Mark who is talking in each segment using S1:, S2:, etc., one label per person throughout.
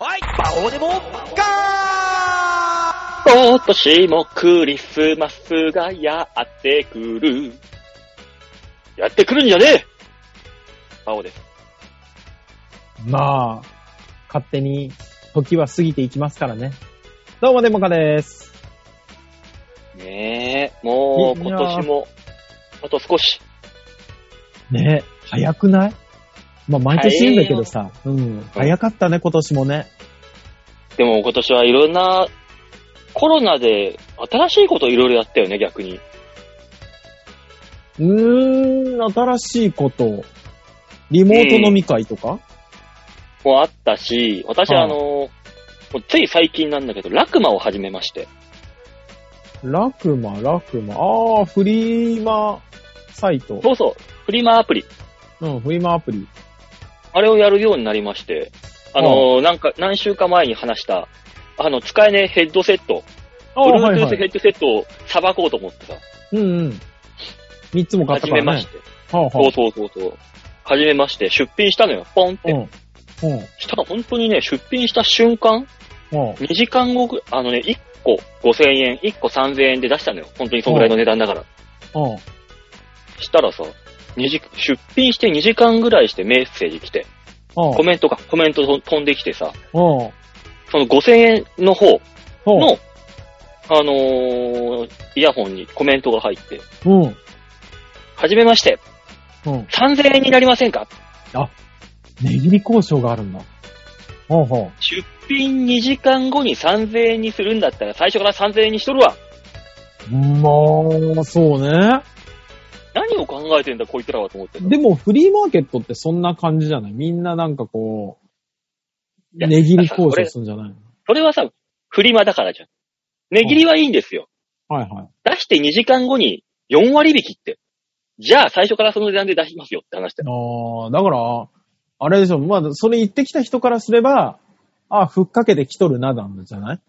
S1: バオデモガ
S2: 今年もクリスマスがやってくる。やってくるんじゃねえ青です。
S3: まあ、勝手に時は過ぎていきますからね。どうも、デモカです。
S2: ねえ、もう
S3: いや
S2: 今年も、あと少し。
S3: ね早くないまあ、毎年言うんだけどさ、うん。早かったね、今年もね。
S2: でも今年はいろんな、コロナで新しいこといろいろやったよね、逆に。
S3: うーん、新しいこと。リモート飲み会とか、
S2: もあったし、私
S3: はい
S2: あの、もうつい最近なんだけど、ラクマを始めまして。
S3: ラクマ、ラクマ。ああ、フリマサイト。
S2: そうそう、フリマアプリ。
S3: うん、フリマアプリ。
S2: あれをやるようになりまして、あの、なんか、何週間前に話した、あの、使えねえヘッドセット、
S3: ああ、はい
S2: Bluetooth
S3: は
S2: ヘ
S3: い。
S2: ッドセットをさばこうと思ってさ、
S3: うんうん。三つも買った
S2: 始
S3: か
S2: め
S3: らね。
S2: まして。
S3: はあ
S2: そう
S3: は
S2: そうそうそう。始めまして、出品したのよ、ポンっ
S3: あ。う
S2: て。
S3: ん。うん。
S2: したら本当にね、出品した瞬間、
S3: うん。
S2: 2時間後ぐ、あのね、1個5000円、1個3000円で出したのよ。本当にそんぐらいの値段だから。
S3: うん。
S2: したらさ、二時出品して2時間ぐらいしてメッセージ来て、
S3: うん。
S2: コメントが、コメント飛んできてさ、
S3: うん。
S2: その5000円の方
S3: うん。
S2: の、あのーイヤホンにコメントが入って、
S3: うん。
S2: はじめまして、
S3: うん。
S2: 3000円になりませんか
S3: 値切り交渉があるんだ。ほうほう。
S2: 出品2時間後に3000円にするんだったら最初から3000円にしとるわ。
S3: まあ、そうね。
S2: 何を考えてんだ、こいつらはと思ってた。
S3: でも、フリーマーケットってそんな感じじゃないみんななんかこう、
S2: いや
S3: 値切り交
S2: だから
S3: 渉
S2: そ
S3: するんじゃない
S2: それはさ、フリマだからじゃん。値切りはいいんですよ。
S3: はいはい。
S2: 出して2時間後に4割引きって。じゃあ最初からその値段で出しますよって話だよ。
S3: ああ、だから、あれでしょ、まあ、それ言ってきた人からすれば、ああ、ふっかけてきとるな、なんじゃない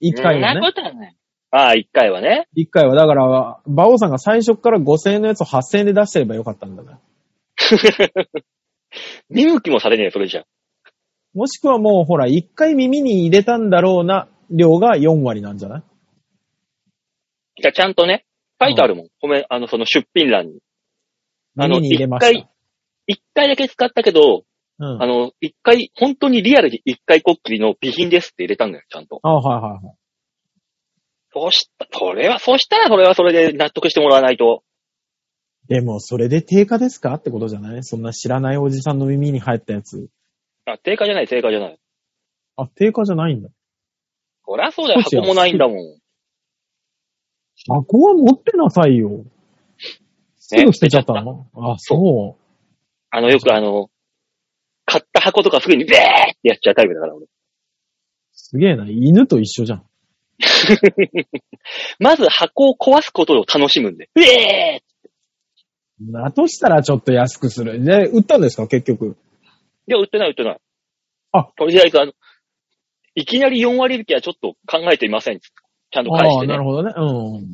S3: 一回は
S2: そんな
S3: ね。
S2: ことはない。ああ、1回はね。
S3: 一回は、だから、馬王さんが最初から5000円のやつを8000円で出してればよかったんだね。
S2: 見向きもされねえよ、それじゃ。
S3: もしくはもう、ほら、一回耳に入れたんだろうな、量が4割なんじゃない
S2: じゃあちゃんとね、書いてあるもん。ごめん、あの、その出品欄に。あの
S3: 耳に入れました。
S2: 1回だけ使ったけど、
S3: うん。
S2: あの、一回、本当にリアルに一回こっきりの備品ですって入れたんだよ、ちゃんと。
S3: あはいはいはい。
S2: そうした、それは、そうしたらそれはそれで納得してもらわないと。
S3: でも、それで定価ですかってことじゃないそんな知らないおじさんの耳に入ったやつ。
S2: あ、定価じゃない、定価じゃない。
S3: あ、定価じゃないんだ。
S2: そりゃそうだよ、
S3: 少しは
S2: 箱もないんだもん。
S3: 箱は持ってなさいよ。すぐ捨てちゃったのあ、そ
S2: あの、よくあの、買った箱とかすぐにベーってやっちゃうタイプだから、俺。
S3: う。すげえな。犬と一緒じゃん。
S2: まず箱を壊すことを楽しむんで。ベー
S3: だとしたらちょっと安くする。で、売ったんですか結局。
S2: いや、売ってない、売ってない。
S3: あ
S2: とりあえず、あの、いきなり4割引きはちょっと考えていません。ちゃんと返し
S3: ああ、
S2: て
S3: な
S2: ね
S3: る。ほどね。う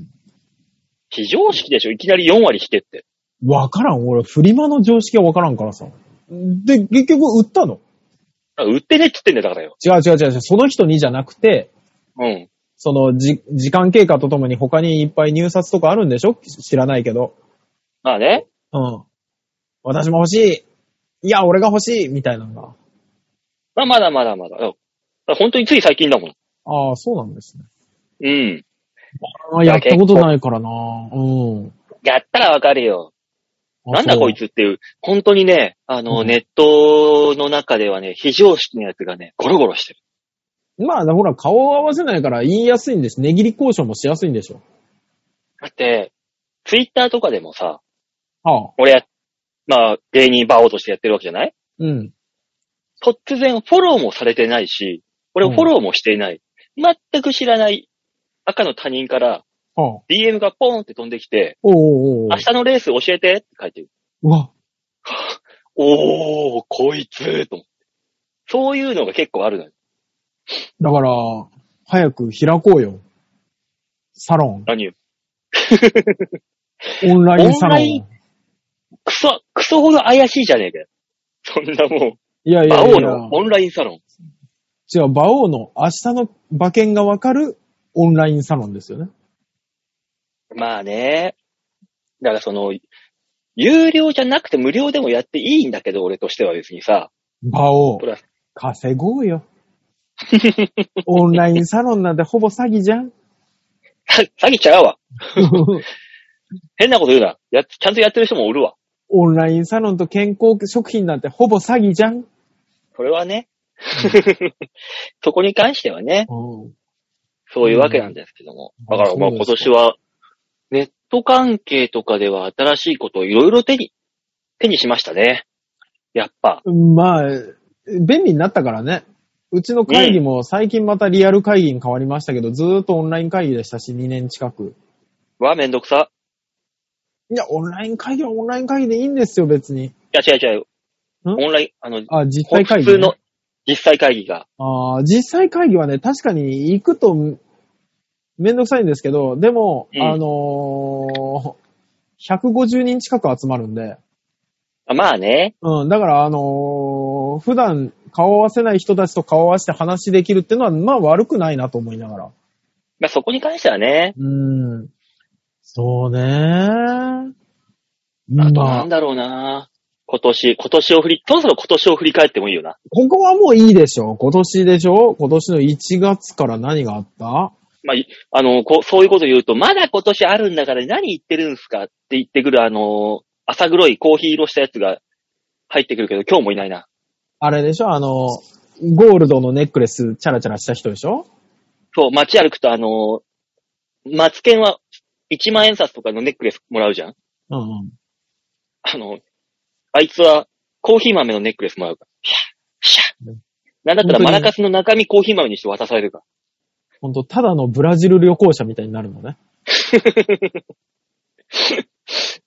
S2: 非常識でしょ、いきなり4割引けって。
S3: ん。わからん。俺、フリマの常識はわからんからさ。で、結局売ったの
S2: あ売ってねって言ってんだよ、だからよ。
S3: 違う違う違う違う。その人にじゃなくて、
S2: うん。
S3: その、じ、時間経過とともに他にいっぱい入札とかあるんでしょ知らないけど。
S2: まあね。
S3: うん。私も欲しい。いや、俺が欲しい。みたいなのが。
S2: まあ、まだまだまだ。うん本当につい最近だもん。
S3: ああ、そうなんですね。
S2: うん。
S3: ああ、やったことないからな。うん。
S2: やったらわかるよ。
S3: あ
S2: なんだこい。つっていう。本当にね、あの、
S3: うん
S2: ネットの中ではね、非常識なやつがね、ゴロゴロしてる。
S3: そうまあ、ほら、顔を合わせないから言いやすいんです。値切り交渉もしやすいんでしょ。
S2: だって、ツイッターとかでもさ、
S3: はあ。
S2: 俺や、まあ、芸人バオとしてやってるわけじゃない
S3: うん。
S2: 突然フォローもされてないし、俺
S3: うん
S2: フォローもしていない。全く知らない赤の他人から
S3: はあ。
S2: DM がポーンって飛んできて、
S3: おうおうおう
S2: 明日のレース教えてって書いてる。
S3: うわ。
S2: おー、こいつと思って。そういうのが結構あるのよ。
S3: だから、早く開こうよ。サロン。
S2: 何よ
S3: オンラインサロ
S2: オンラ
S3: ン。
S2: イ
S3: い
S2: ンクソ、クソほど怪しいじゃねえかよ。そんなもう、
S3: やいや
S2: 魔
S3: いや
S2: 王のオンラインサロン。
S3: 違う、馬王の明日の馬券がわかるオンラインサロンですよね。
S2: まあね。だからその、有料じゃなくて無料でもやっていいんだけど、俺としては別にさ。
S3: 馬王
S2: プ、ラス
S3: 稼ごうよ。 オンラインサロンなんてほぼ詐欺じゃ ん。
S2: 詐欺ちゃうわ。変なこと言うな。やっ、ちゃんとやってる人もおるわ。
S3: オンラインサロンと健康食品なんてほぼ詐欺じゃん。
S2: それはね。 そこに関してはね、
S3: うん
S2: そういうわけなんですけども。
S3: うん
S2: だからまあ
S3: そう
S2: 今
S3: ですか
S2: 年は、ネット関係とかでは新しいことをいろいろ手に、手にしましたね。やっぱ。
S3: まあ、便利になったからね。うちの会議も最近またリアル会議に変わりましたけど、ずーっとオンライン会議でしたし、2年近く。
S2: わ、めんどくさ。
S3: いや、オンライン会議はオンライン会議でいいんですよ、別に。
S2: いや違う違う。
S3: ん
S2: オンライン、あの、
S3: あ、実際会
S2: 普
S3: 議、
S2: 通
S3: ね
S2: の。実際会議が。
S3: あー実際会議はね、確かに行くとめめんどくさいんですけど、でも、
S2: うん
S3: あのー、150人近く集まるんで、
S2: あまあね。
S3: うん、だから、あのー普段顔合わせない人たちと顔合わせて話できるっていうのは、まあ悪くないなと思いながら。
S2: まあそこに関してはね。
S3: うん。そうね
S2: あとな
S3: まあ
S2: ん、だろうな。今年、今年を振り、そろそろ今年を振り返ってもいいよな。
S3: ここはもういいでしょ今年でしょ今年の1月から何があった
S2: まあ、いあの、こう、そういうこと言うと、まだ今年あるんだから何言ってるんすかって言ってくる、あの、朝黒いコーヒー色したやつが入ってくるけど、今日もいないな。
S3: あれでしょあの、ゴールドのネックレス、チャラチャラした人でしょ
S2: そう、街歩くと、あの、マツケンは1万円札とかのネックレスもらうじゃん
S3: うんうん。
S2: あの、あいつはコーヒー豆のネックレスもらうから。シャッシャッなんだったらマラカスの中身コーヒー豆にして渡されるから。
S3: ほんと、ただのブラジル旅行者みたいになるのね。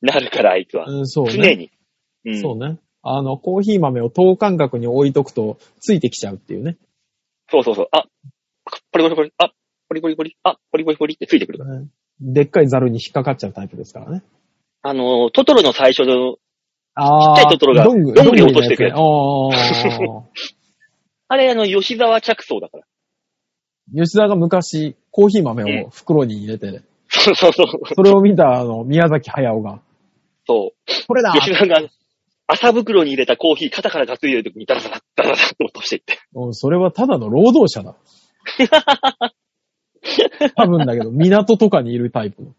S2: なるから、あいつは。
S3: うん、そう
S2: 常
S3: ね。
S2: に。うん。
S3: そうね。あの、コーヒー豆を等間隔に置いとくと、ついてきちゃうっていうね。
S2: そうそうそう。あ、ポリポリポリ、あ、ポリポリポリ、あ、ポリポリポリってついてくるから。
S3: でっかいザルに引っかかっちゃうタイプですからね。
S2: あの、トトロの最初の、
S3: あ
S2: ちっちゃいトトロが
S3: どんぐ
S2: どんぐり落としてくれ
S3: どんぐりのやつね あ
S2: あれ、あの、吉沢着想だから。
S3: ー吉田が昔、コーヒー豆を袋に入れて、
S2: そうそうそう。
S3: それを見た、あの、宮崎駿が、
S2: そ
S3: これだ
S2: う。吉沢が、朝袋に入れたコーヒー肩から担いでるときにダラダラ、ダラダラって落としていって。
S3: うんそれはただの労働者 だ。多分だけど、港とかにいるタ イプの。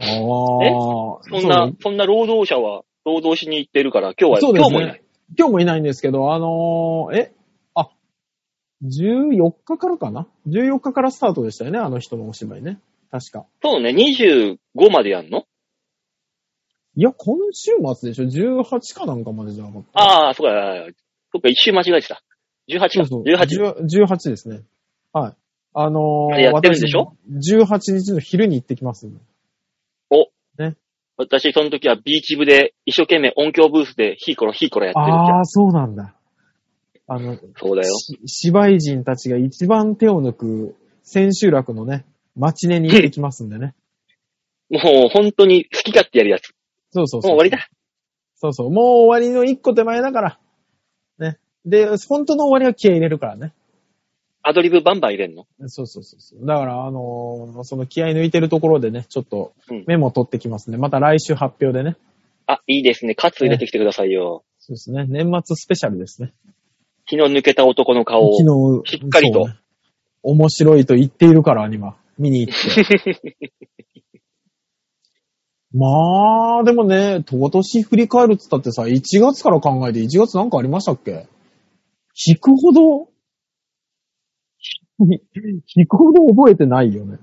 S3: ああ、
S2: そんな
S3: う、
S2: そんな労働者は、労働しに行ってるから、今日は、
S3: そうで
S2: 今
S3: す
S2: 日もいない
S3: ね。。今日もいないんですけど、あのーえ、あ、14日からかな ?14 日からスタートでしたよね、あの人のお芝居ね。確か。
S2: そうね、25までやんの
S3: いや、今週末でしょ ?18 かなんかまでじゃなかった。
S2: ああ、そうか、そうか、一周間違えてた。18か、
S3: そうそう。
S2: 18。
S3: 10 18ですね。はい。あのー、
S2: やってるんでしょ
S3: 私 ?18 日の昼に行ってきますんで。
S2: 私、その時はビーチ部で、一生懸命音響ブースで、ヒーコロヒーコロやってるじゃん。
S3: ああ、そうなんだ。あの、
S2: そうだよ。
S3: し芝居人たちが一番手を抜く千秋楽のね、町根に行ってきますんでね。
S2: もう、本当に好き勝手やるやつ。
S3: そうそう
S2: も
S3: そうう。
S2: 終わりだ。
S3: そうそう。もう終わりの一個手前だから。ね。で、本当の終わりは気合い入れるからね。
S2: アドリブバンバン入れんの
S3: そうそうそうそう。だから、あのーその気合い抜いてるところでね、ちょっと
S2: うん
S3: メモ取ってきますね。また来週発表でね。
S2: あ、いいですね。カツ入れてきてくださいよ。
S3: そうですね。年末スペシャルですね。
S2: 気の抜けた男の顔を。
S3: 昨日、
S2: しっかりと
S3: そうね面白いと言っているから、アニマ。見に行って。まあ、でもね、今年振り返るっつったってさ、1月から考えて1月なんかありましたっけ引くほど、引くほど覚えてないよね。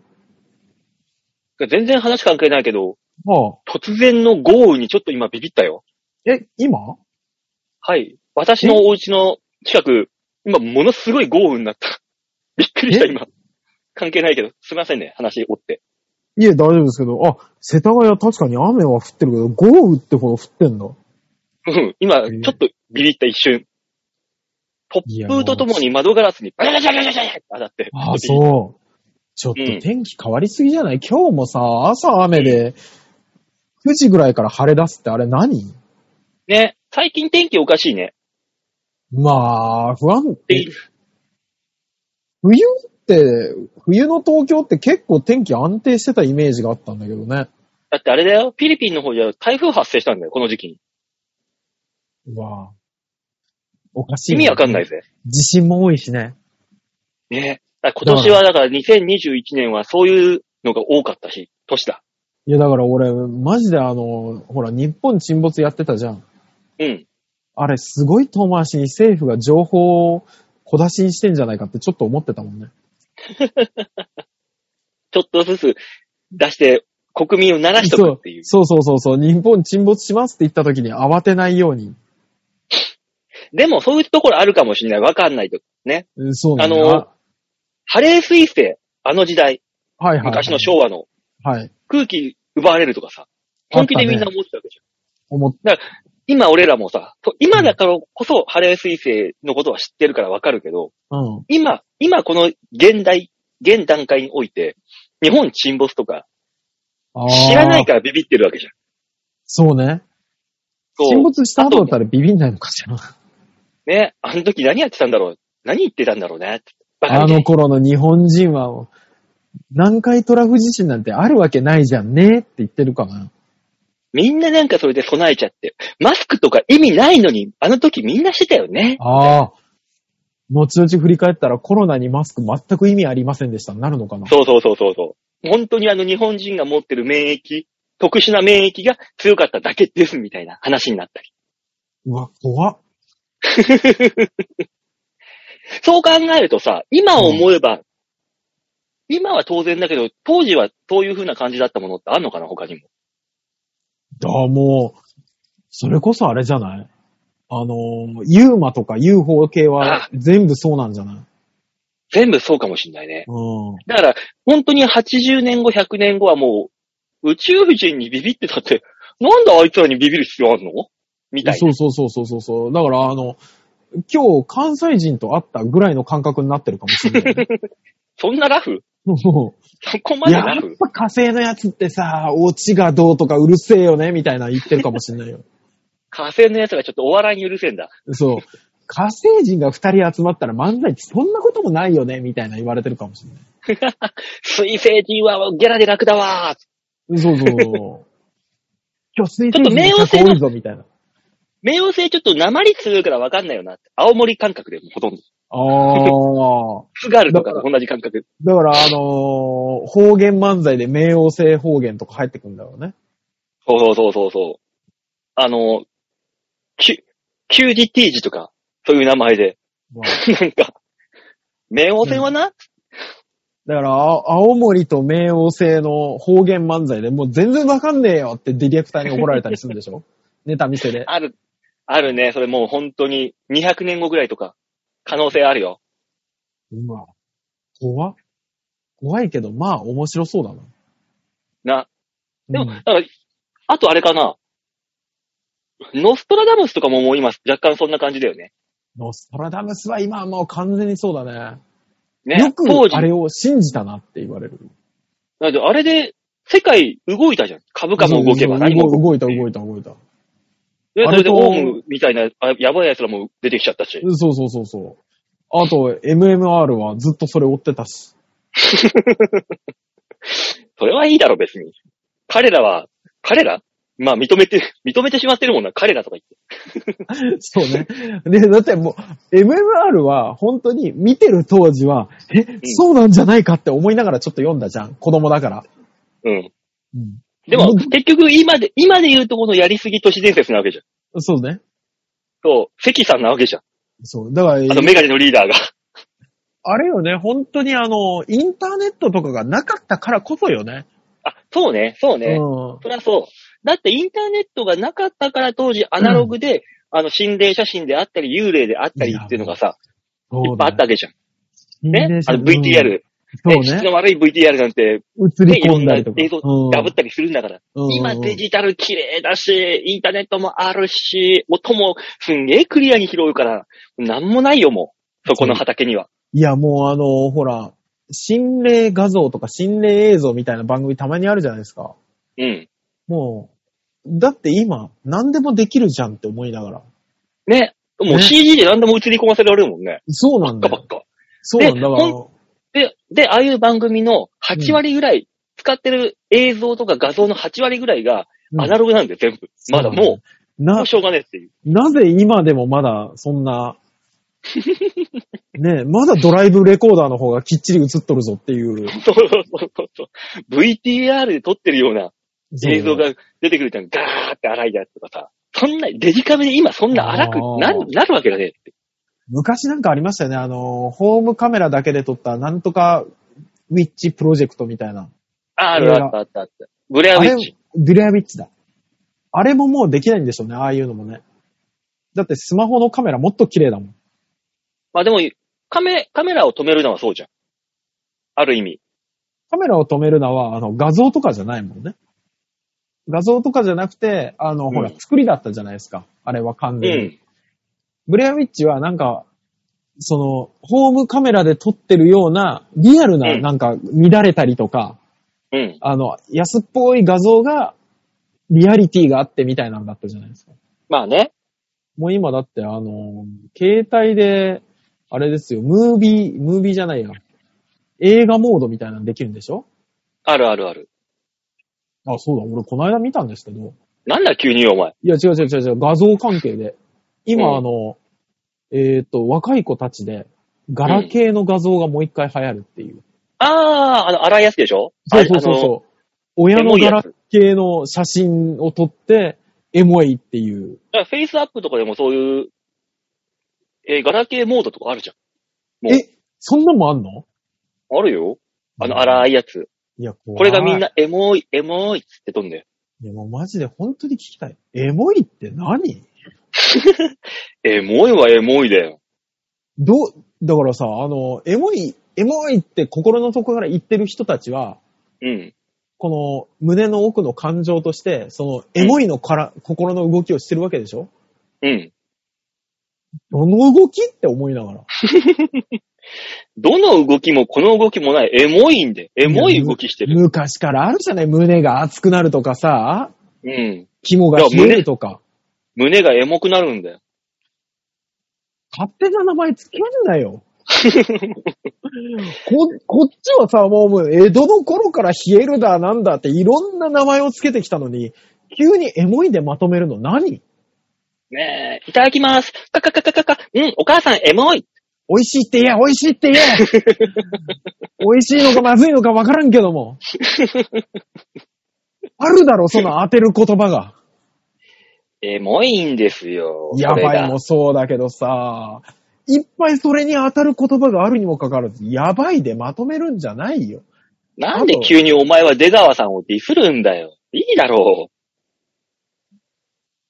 S2: 全然話関係ないけど、
S3: はあ、
S2: 突然の豪雨にちょっと今ビビったよ。
S3: え、今
S2: はい。私のお家の近く、今ものすごい豪雨になった。 びっくりした、
S3: え
S2: 今。関係ないけど、すいませんね、話追って。
S3: いえ、大丈夫ですけど、あ、世田谷確かに雨は降ってるけど、豪雨ってほど降ってんだ。
S2: うん今、
S3: え
S2: ちょっとビビった一瞬。突風とともに窓ガラスにバラバラバラバラバラって当たって。
S3: ああ、そう。ちょっ
S2: うん
S3: と天気変わりすぎじゃない、今日もさ、朝雨で、9時ぐらいから晴れ出すってあれ何
S2: ね、最近天気おかしいね。
S3: まあ、不安
S2: で
S3: 定。冬って、冬の東京って結構天気安定してたイメージがあったんだけどね。
S2: だってあれだよ、フィリピンの方じゃ台風発生したんだよ、この時期に。
S3: うわぁおかしい、
S2: 意味わかんない。ぜ。
S3: 地震も多いしね。
S2: ね。だから今年はだから2021年はそういうのが多かったし、年だ。
S3: いや、だから俺、マジであの、ほら、日本沈没やってたじゃん。
S2: うん。
S3: あれ、すごい遠回しに政府が情報を小出しにしてんじゃないかってちょっと思ってたもんね。
S2: ちょっとずつ出して国民を慣らしとくっていう。
S3: そうそうそうそう。日本沈没しますって言った時に慌てないように。
S2: でもそういうところあるかもしれない。わかんないと。
S3: うんそうなんだ。
S2: あのハレー彗星、あの時代、
S3: あはいはいはい、
S2: 昔の昭和の
S3: はい。
S2: 空気奪われるとかさ、本気でみんな
S3: あったね
S2: 思ってたわけじゃん。
S3: 思っ
S2: 今俺らもさ、と今だからこそハレー彗星のことは知ってるからわかるけど、
S3: うん。
S2: 今、今この現代、現段階において、日本沈没とか、
S3: あー
S2: 知らないからビビってるわけじゃん。
S3: そうね。
S2: そう
S3: 沈没した後だったらビビんないのかしら。
S2: ね、あの時何やってたんだろう何言ってたんだろうねってバカ
S3: あ
S2: みたい
S3: の頃の日本人は、南海トラフ地震なんてあるわけないじゃんねって言ってるかな。
S2: みんななんかそれで備えちゃって。マスクとか意味ないのに、あの時みんなしてたよね。
S3: ああ。後々振り返ったらコロナにマスク全く意味ありませんでした。なるのかな
S2: そうそうそうそうそう。本当にあの日本人が持ってる免疫、特殊な免疫が強かっただけですみたいな話になったり。
S3: うわ、怖っ。
S2: そう考えるとさ、今思えば、今は当然だけど、当時はそういう風な感じだったものってあんのかな他にも。
S3: だ、もう、それこそあれじゃないあのー、ユーマとか UFO 系は
S2: あ
S3: 全部そうなんじゃない
S2: 全部そうかもしんないね。
S3: うん。
S2: だから、本当に80年後、100年後はもう、宇宙人にビビってたって、なんであいつらにビビる必要あんのみたい
S3: そ
S2: な。
S3: うそうそうそうそうそう。だから、あの、今日関西人と会ったぐらいの感覚になってるかもしれないね。
S2: そんなラフ
S3: も
S2: そこ
S3: う
S2: ま
S3: い
S2: で
S3: や、
S2: ラ
S3: やっ
S2: フ
S3: ぱ火星のやつってさ、オチがどうとかうるせえよね、みたいな言ってるかもしれ ないよ。
S2: 火星のやつがちょっとお笑いに許せんだ。
S3: そう。火星人が二人集まったら漫才ってそんなこともないよね、みたいな言われてるかもしれない。
S2: 水星人はゲラで楽だわー
S3: そうそう そう。今日水
S2: ちょっと冥王星
S3: 星
S2: の
S3: 多いぞ、みたいな。
S2: 冥王星ちょっと鉛強いからわかんないよなって。青森感覚でもうほとんど。
S3: ああ。
S2: 津軽とかと同じ感覚。
S3: だから、あのー方言漫才で冥王星方言とか入ってくんだろうね。
S2: そうそうそうそうそう。あの、キュ、キューディティージとか、そういう名前で。
S3: まあ
S2: なんか、冥王星はな、
S3: だから、あ青森と冥王星の方言漫才でもう全然わかんねえよってディレクターに怒られたりするんでし ょネタ見せで。
S2: ある、あるね。それもう本当に200年後ぐらいとか、可能性あるよ。
S3: うわ。怖っ怖いけど、まあ面白そうだな。
S2: な。でも、
S3: うん
S2: だから、あとあれかな。ノストラダムスとかももう今若干そんな感じだよね。
S3: ノストラダムスは今はもう完全にそうだね。
S2: ね。
S3: よく
S2: 当時
S3: あれを信じたなって言われる。
S2: だってあれで世界動いたじゃん。株価も動けば何も
S3: 動動いた
S2: っていう
S3: 動いた動いた。
S2: で、それで
S3: あ
S2: オ
S3: れと
S2: ウムみたいな、あやばい奴らも出てきちゃったし。
S3: そうそうそうそう。あと、MMR はずっとそれ追ってたし。
S2: それはいいだろ、別に。彼らは、彼らまあ認めて、 認めてしまってるもんな、彼らとか言って。
S3: そうね。で、だってもう、MMR は本当に見てる当時は、え、そうなんじゃないかって思いながらちょっと読んだじゃん。子供だから。
S2: うん。
S3: うん。
S2: でも、
S3: うん
S2: 結局今で、今で言うとこのやりすぎ都市伝説なわけじゃん。
S3: そうね。
S2: そう、関さんなわけじゃん。
S3: そう。だから、
S2: あのメガネのリーダーが。
S3: あれよね、本当にあの、インターネットとかがなかったからこそよね。
S2: あ、そうね、そうね。
S3: うん。
S2: そりゃそう。だってインターネットがなかったから当時アナログで、あの心霊写真であったり、幽霊であったりっていうのがさ、いっぱいあったわけじゃん。ね。あの VTR、
S3: そう
S2: ね、質
S3: ね。
S2: の悪い VTR なんて、
S3: 映り込んだりとか。
S2: ねいろんな映像
S3: うん
S2: ダブったりするんだから。今デジタル綺麗だし、インターネットもあるし、音もすんげえクリアに拾うから、なんもないよ、もう。そこの畑には。
S3: いや、もうあの、ほら、心霊画像とか心霊映像みたいな番組たまにあるじゃないですか。
S2: うん。
S3: もう、だって今、何でもできるじゃんって思いながら。
S2: ね。もう CG で何でも映り込ませられるもんね。
S3: そうなんだ
S2: ば
S3: よ
S2: っ。か。
S3: そうなんだわ。
S2: ほで、で、ああいう番組の8割ぐらい、使ってる映像とか画像の8割ぐらいが
S3: うん
S2: アナログなんで全部。まだも
S3: う。
S2: う、も
S3: な
S2: う、しょうがねえっていう。
S3: なぜ今でもまだそんな、ねえまだドライブレコーダーの方がきっちり映っとるぞっていう。
S2: そうそうそうそう。VTR で撮ってるような映像が出てくるじゃん。ガーって荒いやつとかさ。そんな、デジカメで今そんな荒く
S3: あー
S2: ななるわけがねえって。
S3: 昔なんかありましたよね。あの、ホームカメラだけで撮ったなんとかウィッチプロジェクトみたいな。
S2: あーあ
S3: い
S2: る
S3: や
S2: あったあったあった。ブレアウ
S3: あ
S2: ィ
S3: れ
S2: ッチ。、
S3: ブレアウィッチだ。あれももうできないんでしょうね。ああいうのもね。だってスマホのカメラもっと綺麗だもん。
S2: まあでも、カメ、カメラを止めるのはそうじゃん。ある意味。
S3: カメラを止めるのは、あの、画像とかじゃないもんね。画像とかじゃなくて、あの、ほら
S2: う、ん
S3: 作りだったじゃないですか。あれは完
S2: う
S3: 全に。
S2: ん。
S3: ブレアウィッチはなんか、その、ホームカメラで撮ってるような、リアル
S2: う
S3: な、
S2: ん
S3: なんか、乱れたりとか、
S2: うん。
S3: あの、安っぽい画像が、リアリティがあってみたいなんだったじゃないですか。
S2: まあね。
S3: もう今だって、あの、携帯で、あれですよ、ムービー、ムービーじゃないや。映画モードみたいなのできるんでしょ
S2: あるあるある。
S3: あ、そうだ、俺この間見たんですけど。
S2: なんだ急にお前。
S3: いや、違う違う違う違う、画像関係で。今、
S2: うん
S3: あの、えっ、と、若い子たちで、ガラケーの画像がもう一回流行るっていう。
S2: ああ、あの、荒いやつでしょ
S3: そうそうそう
S2: あの
S3: そう。親の
S2: エモい
S3: ガ
S2: や
S3: ラ
S2: つ
S3: ケーの写真を撮って、エモいっていう。
S2: だからフェイスアップとかでもそういう、えーガラケーモードとかあるじゃもう
S3: え、そんなもんあんの
S2: ん。あるよ。あの、荒
S3: い。
S2: いやつ。
S3: いや、怖い
S2: これがみん。な、エモい、エモいっつって飛んで。
S3: いや、もうマジで本当に聞きたい。エモいって何
S2: エモいはエモいだよ。
S3: どう、だからさ、あの、エモい、エモいって心のところから言ってる人たちは、
S2: うん。
S3: この胸の奥の感情として、そのエモいのから、心の動きをしてるわけでしょ
S2: うん。
S3: どの動きって思いながら。
S2: どの動きもこの動きもない。エモいんで。エモい動きしてる。
S3: 昔からあるじゃない胸が熱くなるとかさ、
S2: うん。
S3: 肝が冷えるとか。
S2: 胸がエモくなるんだよ。
S3: 勝手な名前つけん なよ。こ、こっちはさ、もうもう、江戸の頃から冷えるだなんだっていろんな名前をつけてきたのに、急にエモいでまとめるの何
S2: ねえ、いただきます。カカカカカカ。うん、お母さんエモい。
S3: 美味しいって言え、美味しいって言え 美味しいのかまずいのかわからんけども。あるだろ、その当てる言葉が。
S2: エモいんですよ。
S3: や
S2: それ
S3: ばい
S2: が
S3: もそうだけどさ、いっぱいそれに当たる言葉があるにもかかわらず、やばいでまとめるんじゃないよ。
S2: なんで急にお前は出川さんをディスるんだよ。いいだろ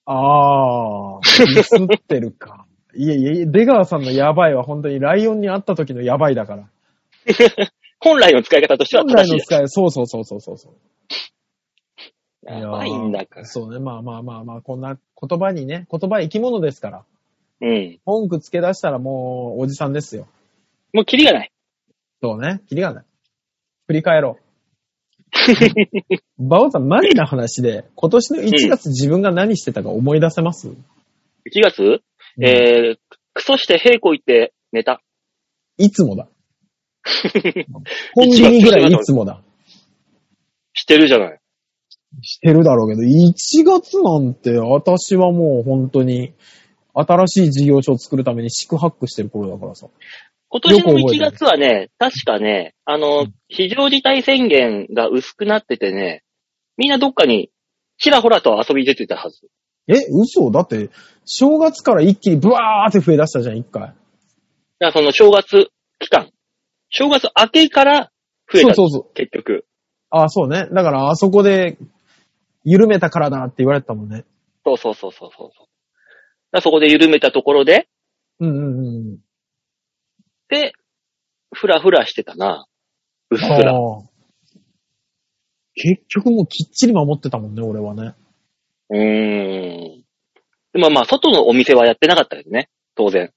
S3: あー、ミスってるか。 いえいえ、出川さんのやばいは本当にライオンに会った時のやばいだから。
S2: う。本来の使い方としては
S3: 本
S2: 正
S3: 来
S2: しい
S3: の
S2: です。
S3: 使い、そうそうそうそうそうそう。
S2: やばいんだから。
S3: そうね、まあまあまあまあ、こんな言葉にね、言葉生き物ですから。
S2: うん。
S3: 文句つけ出したらもう、おじさんですよ。
S2: もうキリがない。
S3: そうね、キリがない。振り返ろ う。バオさん、マジな話で、今年の1月自分が何してたか思い出せます、
S2: 1月、えー、クソして平行行って寝た。
S3: いつもだ。コンビニぐらいいつもだ。
S2: してるじゃない。
S3: してるだろうけど、1月なんて私はもう本当に、新しい事業所を作るために四苦八苦してる頃だからさ。
S2: 今年の
S3: よく覚え
S2: 1
S3: てる
S2: 月はね、確かね、あの、非常事態宣言が薄くなっててね、みんなどっかに、ちらほらと遊び出てたはず。
S3: え、嘘だって、正月から一気にブワーって増え出したじゃん、一回。
S2: だからその正月期間。正月明けから増えた。
S3: そうそうそう。
S2: 結局。
S3: あ、そうね。だから、あそこで、緩めたからだって言われてたもんね。
S2: そうそうそうそうそう。だからそこで緩めたところで、
S3: うんうんうん。
S2: で、ふらふらしてたな。うっすら。
S3: あー結局もうきっちり守ってたもんね、俺はね。
S2: うーん。でもまあ、外のお店はやってなかったですね。当然。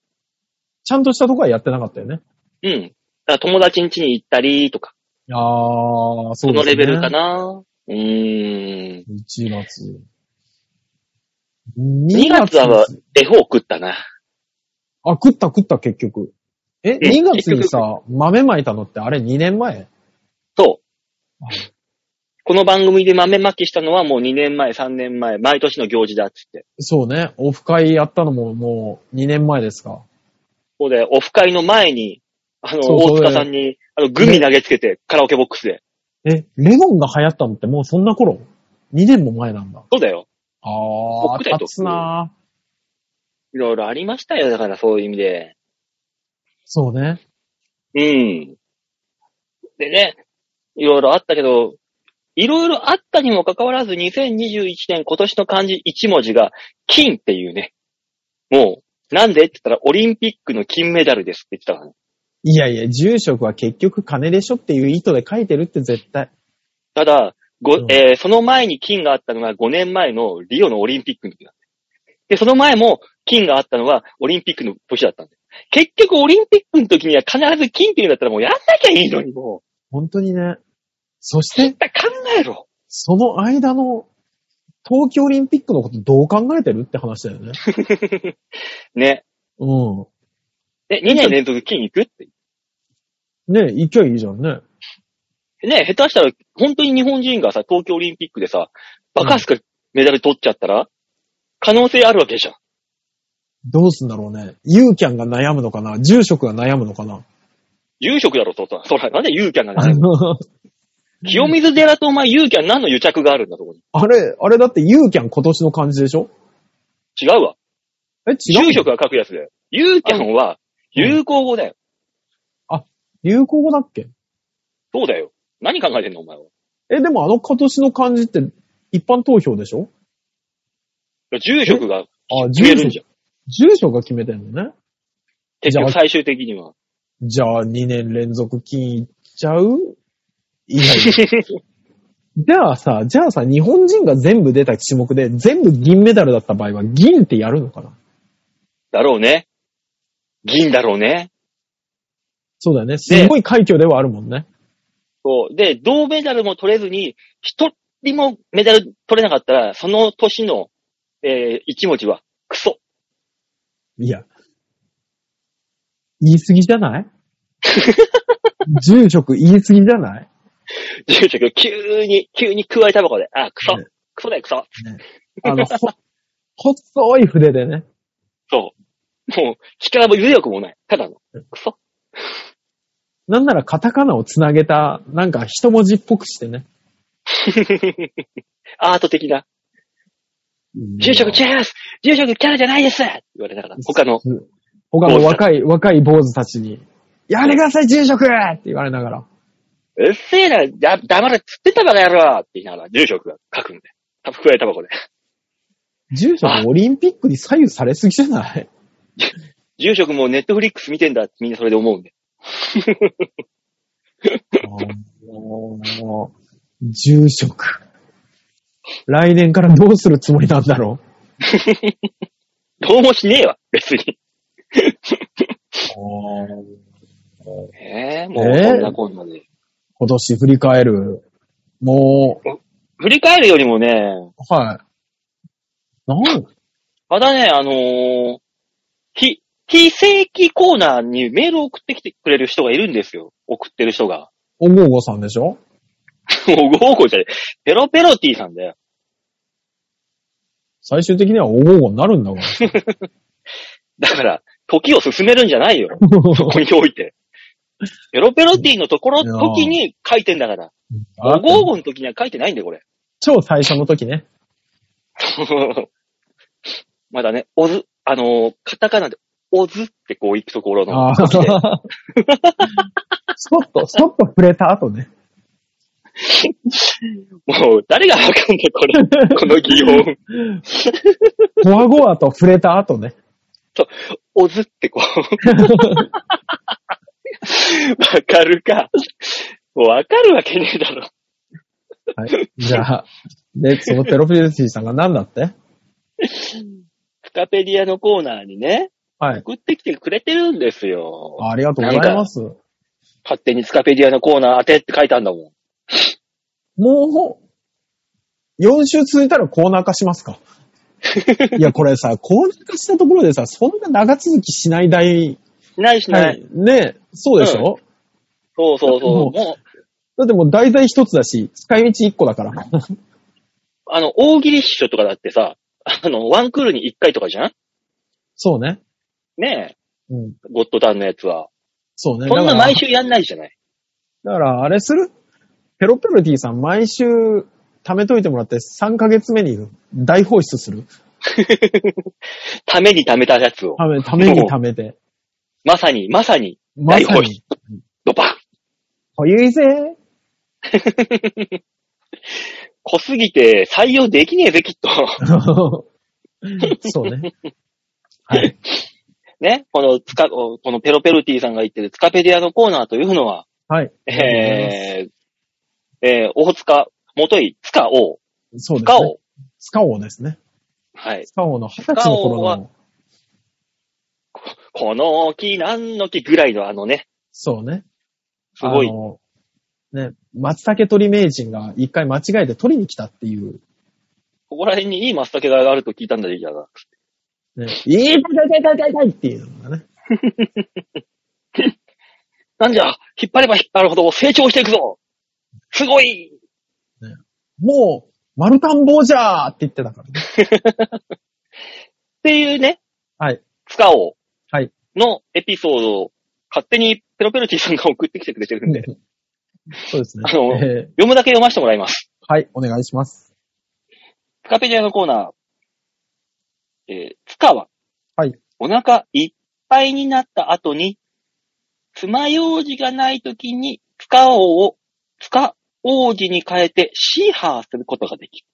S3: ちゃんとしたとこはやってなかったよね。
S2: うん。だから友達ん家に行ったりとか、
S3: ああ、そ
S2: そう
S3: で
S2: の
S3: すね。
S2: レベルか。な。うーん。
S3: 1月。
S2: 2
S3: 2
S2: 月は、恵方食ったな。
S3: あ、食った食った結局。え、
S2: え
S3: 2月にさ、豆まいたのってあれ2年前
S2: そう
S3: あ。
S2: この番組で豆まきしたのはもう2年前、3年前、毎年の行事だっつって。
S3: そうね。オフ会やったのももう2年前ですか。
S2: そうで、オフ会の前に、あの、
S3: そうそう
S2: 大塚さんに、あの、グミ投げつけて、カラオケボックスで。
S3: え、レモンが流行ったのってもうそんな頃 ?2 年も前なんだ。
S2: そうだよ。
S3: あ
S2: 僕
S3: ー、
S2: だと
S3: 立つない
S2: ろいろありましたよ。だからそういう意味で。
S3: ぁそうね。
S2: うん。でね、いろいろあったけど、いろいろあったにもかかわらず、2021年今年の漢字1文字が、金っていうね。もう、なんでって言ったら、オリンピックの金メダルですって言ってたからね。
S3: いやいや、住職は結局金でしょっていう意図で書いてるって絶対。
S2: ただ、ご
S3: うん
S2: えーその前に金があったのが5年前のリオのオリンピックの時だった。で、その前も金があったのはオリンピックの年だったんで。結局オリンピックの時には必ず金っていうんだったらもうやんなきゃいいのにもう。
S3: 本当にね。そして
S2: 絶、対考えろ。
S3: その間の東京オリンピックのことどう考えてるって話だ よね。
S2: ね。
S3: う
S2: ね、2年連続金行くって。
S3: ん。ねえ、行きゃいいじゃんね。
S2: ね、下手したら本当に日本人がさ、東京オリンピックでさ、バカすかメダル取っちゃったら、可能性あるわけじゃん。
S3: どうすんだろうね。ユーキャンが悩むのかな住職が悩むのかな
S2: 住職だろ、と。そら、なんでユーキャンが
S3: あ
S2: ないの
S3: の
S2: 清水寺とお前ユーキャン何の癒着があるんだ、そこに。
S3: あれ、あれだってユーキャン今年の感じでしょ
S2: 違うわ。
S3: え、違う
S2: 住職が書くやつだよ。ユーキャンは有効語だよ。
S3: 流行語だっけ
S2: そうだよ。何考えてんの、お前は。い
S3: え、でもあの今年の漢字って一般投票でしょ
S2: や住職が
S3: あ、
S2: 決めるんじゃん。
S3: 住所が決めてんのね。
S2: 結局
S3: じ
S2: 最終的には。
S3: じゃあ2年連続金いっちゃういやいや。じゃあさ、じゃあさ、日本人が全部出た種目で全部銀メダルだった場合は銀ってやるのかな
S2: だろうね。銀だろうね。
S3: そうだよね。すごい快挙ではあるもんね。
S2: そう。で、銅メダルも取れずに、一人もメダル取れなかったら、その年の、えー、一文字は、クソ。
S3: いや。言い過ぎじゃ ない住職言い過ぎじゃない
S2: 住職、急に、急に加えたばこで、あ、クソ
S3: ね。
S2: クソだよ、クソ。
S3: あの、ほ、 細い筆でね。
S2: そう。もう、力も強くもない。ただの。クソ。
S3: なんならカタカナをつなげた、なんか一文字っぽくしてね。
S2: アート的な。住職チ
S3: ェ
S2: ャンス住職キャラじゃないですって言われながら、他の、
S3: 他の若い、若い坊主たちに、やめてください、住職って言われながら。
S2: うっせえな、だ黙れっつってたバカ野郎って言いながら、住職が書くんで。たぶくえタバコで。
S3: 住職
S2: あ
S3: オリンピックに左右されすぎじゃない
S2: 住職もネットフリックス見てんだってみんなそれで思うんで。
S3: もう住職。来年からどうするつもりなんだろ
S2: どうもしねえわ、別に。
S3: う
S2: ええもう
S3: ええ
S2: こんなこんなで。
S3: 今年振り返る。も
S2: 振り返るよりもね、
S3: う、はい。なん
S2: まだね、あのー、非、非正規コーナーにメールを送ってきてくれる人がいるんですよ。送ってる人が。
S3: おごおごさんでしょ
S2: もう、ゴーゴーじゃねえ。ペロペロティさんだよ。
S3: 最終的にはおごおごになるんだから。
S2: だから、時を進めるんじゃないよ。そこに置いて。ペロペロティのところ、
S3: いやー
S2: 時に書いてんだから。
S3: あ
S2: おごおごの時には書いてないんだよ、これ。
S3: 超最初の時ね。
S2: まだね、おず、あのーカタカナで、おずってこう行くところの
S3: ああ。
S2: 時で。
S3: そっと、そっと触れた後ね。
S2: もう、誰がわかんない、こ れ。この擬音。
S3: ゴワゴワと触れた後ね。
S2: おずってこう。 わかるか。もうわかるわけねえだろ。
S3: はい。じゃあ、で、そのペロペロティさんが何だって
S2: スカペディアのコーナーにね、
S3: はい。
S2: 送ってきてくれてるんですよ。
S3: ありがとうございます。
S2: 勝手にスカペディアのコーナー当てって書いたんだもん。
S3: もう、4週続いたらコーナー化しますか。いや、これさ、高額化したところでさ、そんな長続きしない代、
S2: ないしない。
S3: ね、そうでしょ、
S2: そうそうそう。もう、
S3: だってもう題材一つだし、使い道一個だから。
S2: あの、大喜利師匠とかだってさ、あの、ワンクールに一回とかじゃん
S3: そうね。
S2: ねえ、
S3: うん。
S2: ゴッドタンのやつは。
S3: そうね。
S2: そん
S3: だ
S2: な
S3: から
S2: 毎週やんないじゃない。
S3: だから、あれするペロペロティさん、毎週、貯めといてもらって、3ヶ月目に大放出する。
S2: ために貯めたやつを。
S3: ため、ために貯めて。
S2: まさに、まさに、
S3: ま
S2: 大
S3: さ
S2: 放出。
S3: に
S2: ドバン
S3: という ぜ。
S2: 濃すぎて採用できねえぜ、きっと。
S3: そうね。はい。
S2: ね。この、つか、このペロペロティさんが言ってるツカペディアのコーナーというのは、
S3: はい。
S2: えー、えー、大塚、元井、塚王、
S3: そうです
S2: 塚
S3: ね。
S2: 王。
S3: スカオですね。
S2: はい。
S3: スカオの二十歳の
S2: スカ
S3: 頃
S2: オ
S3: の、
S2: この木、何の木ぐらいのあのね、
S3: そうね。
S2: すごい
S3: あ。の。ね、松茸取り名人が一回間違えて取りに来たっていう。
S2: ここら辺にいい松茸があると聞いたんだけど、
S3: ね、いい、痛い痛い痛い痛い痛いっていうのがね。
S2: なんじゃ、引っ張れば引っ張るほど成長していくぞすごい
S3: もう、丸田んぼじゃーって言ってたからね。
S2: っていうね、
S3: はい。
S2: スカオ
S3: はい
S2: のエピソードを勝手にペロペロティさんが送ってきてくれてるんで、
S3: そうですね。
S2: あの
S3: えー
S2: 読むだけ読ませてもらいます。
S3: はい、お願いします。
S2: スカペディアのコーナー、えー、スカは、
S3: はい。
S2: お腹いっぱいになった後に、爪楊枝がない時に、スカオを、スカ王子に変えてシーハーすることができる。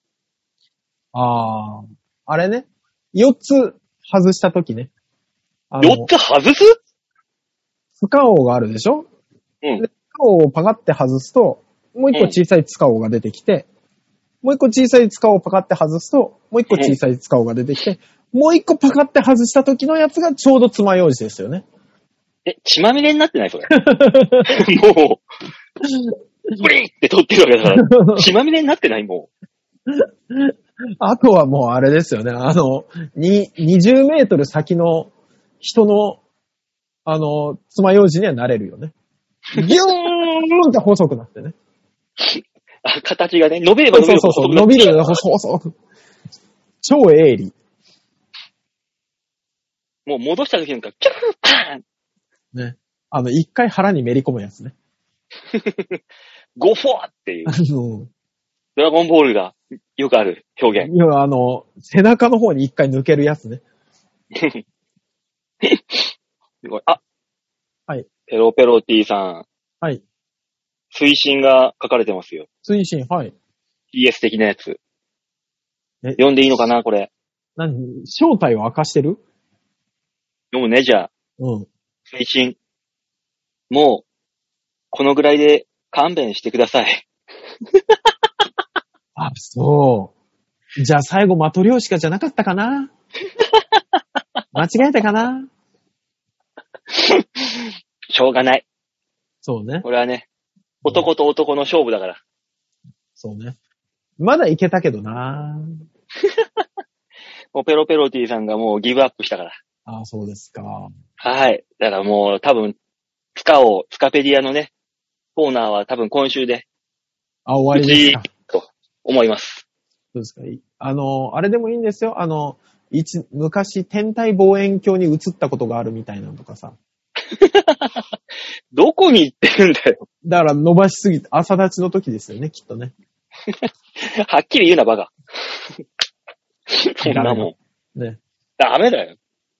S3: あー、あれね。四つ外した時ね。あの
S2: 4つ外す
S3: スカオがあるでしょ
S2: うん
S3: でスカオをパカって外すと、もう一個小さいスカオが出てきて、もう一個小さいスカオをパカって外すと、もう一個小さいスカオが出てきて、もう一個パカって外した時のやつがちょうど爪楊枝ですよね。
S2: え、血まみれになってないそ れ。もう、ブリーって取ってるわけだから。 血まみれになってないも
S3: あとはもうあれですよね。あの、に、20メートル先の人の、あの、爪楊枝にはなれるよね。ギューンって細くなってね。
S2: う。あ 形がね、伸びれば
S3: そう
S2: 伸び
S3: そう
S2: る
S3: そ
S2: ほ
S3: うそう、
S2: ど
S3: 伸びるよね、細細く。超鋭利。
S2: もう戻した時なんか、キュッパーン
S3: ね。あの、一回腹にめり込むやつね。
S2: ゴフォーって いう
S3: あ、の、
S2: ドラゴンボールがよくある表現。
S3: 要はあの、背中の方に一回抜けるやつね。
S2: すごい。 あ
S3: はい。
S2: ペロペロティさん。
S3: はい。
S2: 推進が書かれてますよ。
S3: 推進、はい。
S2: PS 的なやつ。
S3: え
S2: 読んでいいのかなこれ。
S3: 何正体を明かしてる
S2: 読むね、じゃあ。
S3: うん。
S2: 推進。もう、このぐらいで勘弁してください。
S3: あ、そう。じゃあ最後、マトリョーシカじゃなかったかな間違えたかな
S2: しょうがない。
S3: そうね。
S2: これはね、男と男の勝負だから。
S3: そうね。まだいけたけどな
S2: もうペロペロティさんがもうギブアップしたから。
S3: あ、そうですか。
S2: はい。だからもう多分、スカを、スカペディアのね、コーナーは多分今週で、
S3: あ、終わりですか。
S2: 思います。
S3: そうですか。いあの、あれでもいいんですよ。あの、一、昔、天体望遠鏡に映ったことがあるみたいなのとかさ。
S2: どこに行ってるんだよ。
S3: だから伸ばしすぎて、朝立ちの時ですよね、きっとね。
S2: はっきり言うな、バカ。そんなもん。
S3: ね。
S2: ダメだよ。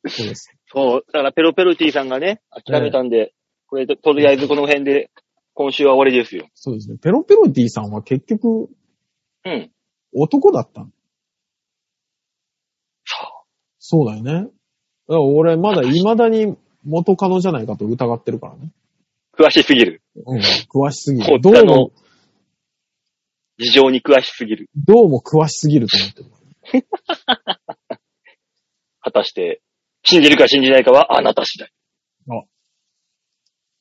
S3: そうです。
S2: そう。だからペロペロティさんがね、諦めたんで、これと、とりあえずこの辺で、今週は終わりですよ。
S3: そうですね。ペロペロディさんは結局、
S2: うん。
S3: 男だったの
S2: そ
S3: そうだよね。だから俺、まだ未だに元カノじゃないかと疑ってるからね。
S2: う。詳しすぎる。
S3: うん。詳しすぎ
S2: ほ
S3: る。
S2: っ
S3: ど
S2: た
S3: う
S2: の
S3: も、
S2: 事情に詳しすぎる。
S3: どうも詳しすぎると思ってる。
S2: 果たして、信じるか信じないかはあなた次第。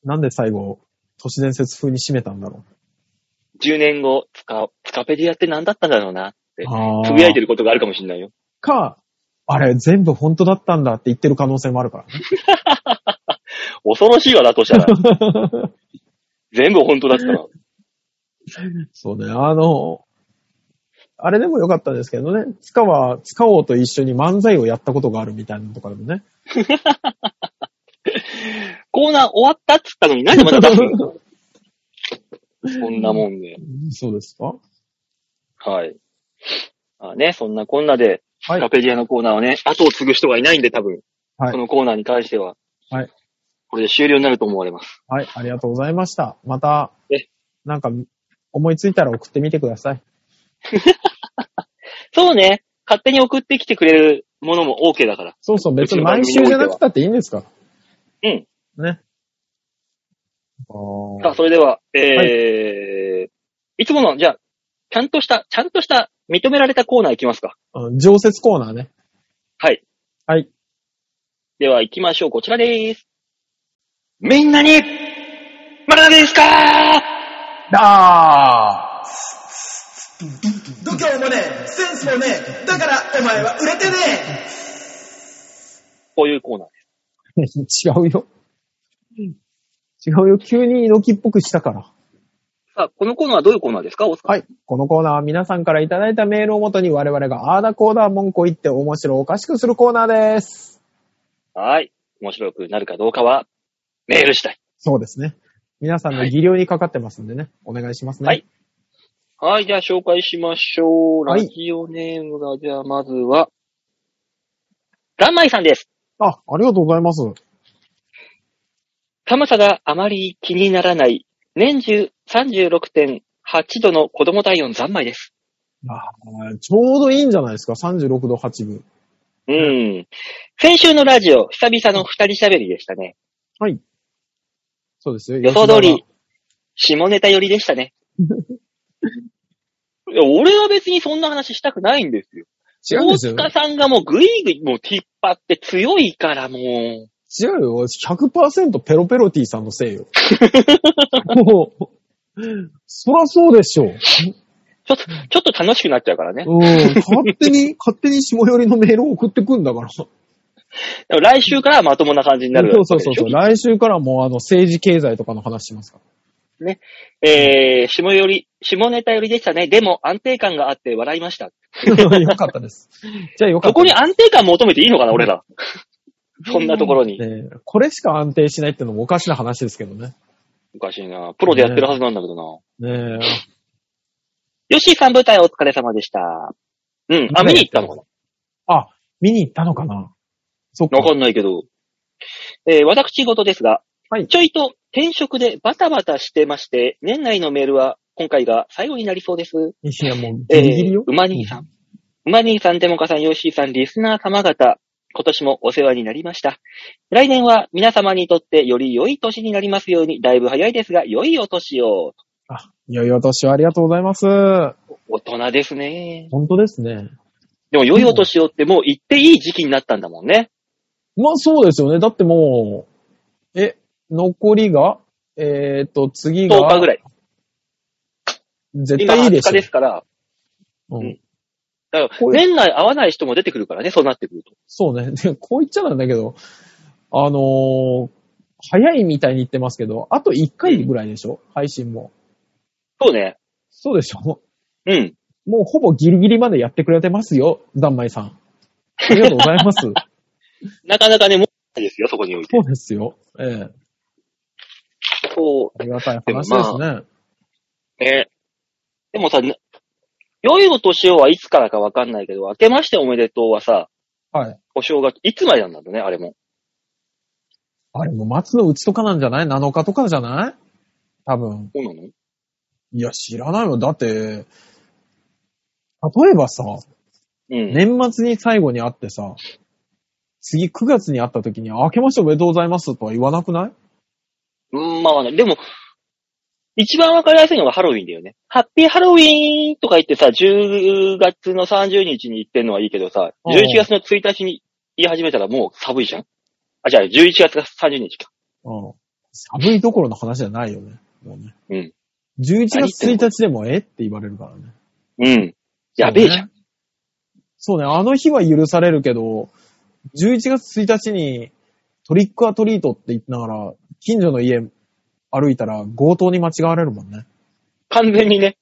S3: なんで最後、都市伝説風に締めたんだろ
S2: 10年後、スカ、スカペディアって何だったんだろうな。
S3: う。ああ。
S2: つぶやいてることがあるかもしれないよ。
S3: か、あれ全部本当だったんだって言ってる可能性もあるからね。
S2: 恐ろしいわ、だとしたら。全部本当だったら。
S3: そうね、あの、あれでもよかったですけどね、塚は、塚王と一緒に漫才をやったことがあるみたいなとかでもね。
S2: コーナー終わったっつったのに、なんでまた出す のそんなもんで。
S3: そうですか
S2: はい。あね、そんなこんなで、
S3: はい
S2: ラペディアのコーナーはね、後を継ぐ人がいないんで、多分。
S3: はい
S2: このコーナーに関しては。
S3: はい
S2: これで終了になると思われます。
S3: はい、ありがとうございました。また
S2: え、
S3: なんか、思いついたら送ってみてください。
S2: そうね。勝手に送ってきてくれるものも OK だから。
S3: そうそう、別に毎週じゃなくたっていいんですから。
S2: うん。
S3: ね。あー
S2: さあ、それでは、えー、
S3: はい
S2: つもの、じゃあ、ちゃんとした、ちゃんとした、認められたコーナーいきますか。
S3: うん常設コーナーね。
S2: はい。
S3: はい。
S2: では、行きましょう。こちらでーす。みんなに、学びですか
S3: だー
S1: 度胸もねえ、センスもねえ、だからお前は売れてねえ
S2: こういうコーナーです。
S3: 違うよ。違うよ。急に猪木っぽくしたから。
S2: さあ、このコーナーはどういうコーナーですか大塚
S3: はい。このコーナーは皆さんからいただいたメールをもとに我々があーだこーだ文句を言って面白おかしくするコーナーです。
S2: はい。面白くなるかどうかは、メール次第。
S3: そうですね。皆さんの技量にかかってますんでね。お願いしますね。
S2: はい。はい、じゃあ紹介しましょう。
S3: は
S2: ラ
S3: い
S2: ジオネームが、じゃあまずは、ガンマイさんです。
S3: あ、ありがとうございます。
S2: 寒さがあまり気にならない、年中36.8度の子供体温三昧です。
S3: あーちょうどいいんじゃないですか。36度8分。
S2: うん。先週のラジオ、久々の二人喋りでしたね。
S3: そうですよ。
S2: 予想通り、下ネタ寄りでした ね。いや俺は別にそんな話したくないんですよ。
S3: 吉田が。違うんですよ。
S2: 大塚さんがもうぐいぐい、もう引っ張って強いからもう。
S3: 違うよ。100%ペロペロティさんのせ いよ。もう、そらそうでしょう。
S2: ちょっと、ちょっと楽しくなっちゃうからね。
S3: うん。勝 手に、勝手に下寄りのメールを送ってくんだから。
S2: でも来週からはまともな感じになる
S3: そ
S2: わ
S3: う
S2: け
S3: そう
S2: でし
S3: そ
S2: ょ。
S3: うそう。来週からもうあの、政治経済とかの話しますから。
S2: えー、下より、下ネタよりでしたね。でも安定感があって笑いました。
S3: よかったです。じゃあよか
S2: そ
S3: った
S2: こ
S3: で
S2: に
S3: す。
S2: 安定感求めていいのかな、俺 ら。そんなところに。
S3: ねえこれしか安定しないってのもおかしな話ですけどね。
S2: おかしいな。プロでやってるはずなんだけどな。
S3: ね
S2: ヨッシーさん舞台お疲れ様でした。うん。あ、見に行ったのか
S3: え。あ、見に行ったのかなそっ
S2: な
S3: か
S2: わ。かんないけど。えー、私事ですが、
S3: はい
S2: ちょいと転職でバタバタしてまして、年内のメールは今回が最後になりそうです。
S3: いや、もう、
S2: え
S3: ギリギリよ。
S2: ー、馬兄さん。馬兄さん、デモカさん、ヨッシーさん、リスナー様方、今年もお世話になりました。来年は皆様にとってより良い年になりますように、だいぶ早いですが、良いお年を。
S3: あ、良いお年をありがとうございます。
S2: 大人ですね。
S3: 本当ですね。
S2: でも良いお年をってもう言っていい時期になったんだもんね。
S3: まあそうですよね。だってもう、え、残りが、えー、と、次が、
S2: 10日ぐらい。
S3: 絶
S2: 今
S3: 対いいで
S2: 20
S3: す
S2: 日で
S3: よ。
S2: すから。
S3: うん、
S2: だか
S3: こ
S2: ら
S3: ういう
S2: 年内会わない人も出てくるからね、そうなってくると。
S3: そうね。 で、こう言っちゃなんだけど、あのー早いみたいに言ってますけど、あと1回ぐらいでしょ、配信も。
S2: そうね。
S3: そうでしょ
S2: うん。
S3: もうほぼギリギリまでやってくれてますよ、ざんまいさん。ありがとうございま す。そ
S2: なかなかね、もうないですよ、そこにおいて
S3: う。ですよ。ええ
S2: そう、
S3: ありがたい話ですね。
S2: ね。でもさ、な良いお年をはいつからかわかんないけど、明けましておめでとうはさ、
S3: はい。
S2: お正月、いつまでなんだろうね、あれも。
S3: あれも松の内とかなんじゃない ?7 日とかじゃない多分。
S2: そうなの
S3: いや、知らないよ。だって、例えばさ、
S2: うん。
S3: 年末に最後に会ってさ、次9月に会った時に、明けましておめでとうございますとは言わなくない
S2: うん、まあね、でも、一番わかりやすいのがハロウィンだよね。ハッピーハロウィーンとか言ってさ、10月の30日に言ってんのはいいけどさ、
S3: うん
S2: 11月の1日に言い始めたらもう寒いじゃんあ、じゃあ11月が30日か。
S3: うん。寒いどころの話じゃないよね。もうね。
S2: うん。
S3: 11月1日でもえって言われるからね。
S2: うん。やべえじゃん。
S3: そうね、あの日は許されるけど、11月1日にトリックアトリートって言ってながら、近所の家歩いたら強盗に間違われるもんね。
S2: 完全にね、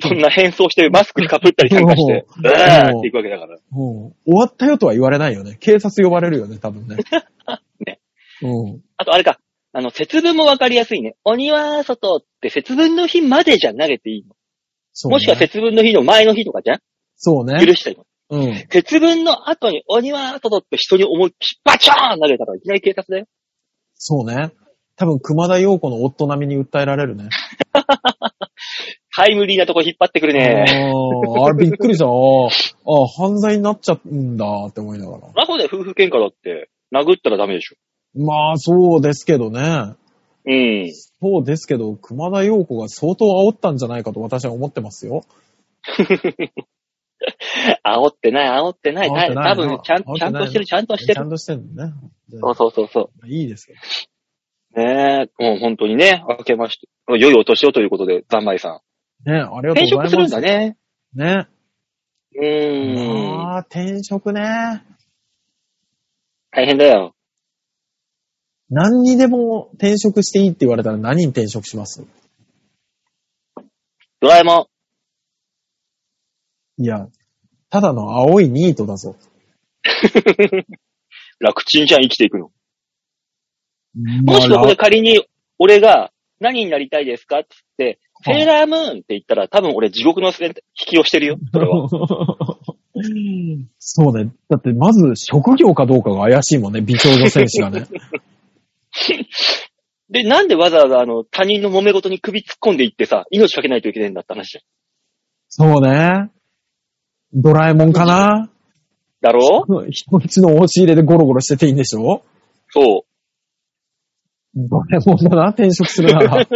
S2: そんな変装してマスクかぶったりなんかして、
S3: う
S2: うんわーっていくわけだから。
S3: もう、終わったよとは言われないよね。警察呼ばれるよね、多分ね。
S2: ね
S3: うん。
S2: あとあれか、あの、節分もわかりやすいね。鬼は外って節分の日までじゃ投げていいの。
S3: そうね
S2: もしくは節分の日の前の日とかじゃん
S3: そうね。
S2: 許しても。
S3: うん。
S2: 節分の後に鬼は外って人に思いっきりバチャーン投げたらいきなり警察だよ。
S3: そうね。多分、熊田陽子の夫並みに訴えられるね。
S2: タイムリーなとこ引っ張ってくるね。
S3: ああ、あれびっくりした。あーあー、犯罪になっちゃうんだって思いながら。
S2: マホで夫婦喧嘩だって、殴ったらダメでしょ。
S3: まあ、そうですけどね。
S2: うん。
S3: そうですけど、熊田陽子が相当煽ったんじゃないかと私は思ってますよ。
S2: 煽ってない、煽ってない。
S3: 煽ってない
S2: 多分、ちゃん、
S3: 煽ってな
S2: ちゃんと
S3: い
S2: してる、ちゃんとして
S3: ちゃん
S2: る。
S3: としてるのね。じゃ
S2: そうそうそうそ
S3: あいいですよ。
S2: う。ねえ、もう本当にね、明けまして、良いお年をということで、ざんまいさ
S3: ね、あり
S2: ん。
S3: がとう
S2: 転
S3: ござい
S2: 職
S3: ます。
S2: するんだね。
S3: ね。
S2: うーん。
S3: ああ、転職ね。
S2: 大変だよ。
S3: 何にでも転職していいって言われたら何に転職します
S2: ドラえも
S3: いや、ただの青いニートだぞ。
S2: ん。楽ちんじゃん、生きていくの。も
S3: も
S2: しくはこれ仮に、俺が、何になりたいですかって言って、セーラームーンって言ったら、多分俺地獄の引きをしてるよ。それは。
S3: そうね。だって、まず職業かどうかが怪しいもんね、美少女戦士 がね。
S2: で、なんでわざわざあの、他人の揉め事に首突っ込んでいってさ、命かけないといけないんだって話だよ
S3: そうね。ドラえもんかな
S2: だろ
S3: 人んちの押し入れでゴロゴロしてていいんでしょ
S2: そう。
S3: ドラえもんだな、転職するな ら。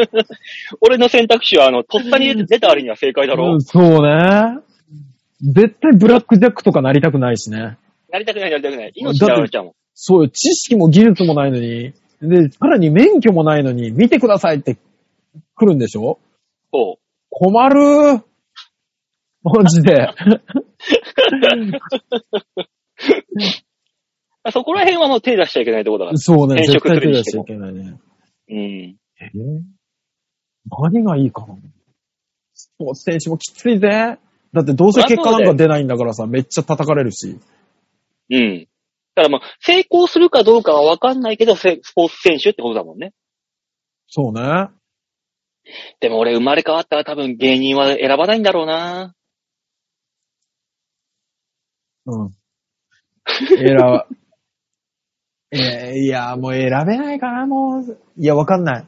S2: 俺の選択肢は、あの、とっさに出て出た割には正解だろ、う
S3: うんそうね。絶対ブラックジャックとかなりたくないしね。
S2: なりたくない、なりたくない。命だられちゃうもん。
S3: そうよ、知識も技術もないのに、で、さらに免許もないのに、見てくださいって来るんでしょ
S2: そ
S3: 困るマジで。
S2: う。そこら辺はもう手出しちゃいけないところだから。
S3: そうね、
S2: 転
S3: 絶
S2: 職
S3: 対
S2: す
S3: 手
S2: る
S3: 出
S2: にし
S3: し
S2: て
S3: ちゃい
S2: も
S3: けないね。
S2: うん。
S3: えー何がいいかなスポーツ選手もきついぜ。だってどうせ結果なんか出ないんだからさ、めっちゃ叩かれるし。
S2: うん。だからまあ、成功するかどうかはわかんないけど、せスポーツ選手ってことだもんね。
S3: そうね。
S2: でも俺生まれ変わったら多分芸人は選ばないんだろうな
S3: うん。選ば、 えーいや、もう選べないかな、もう。いや、わかんない。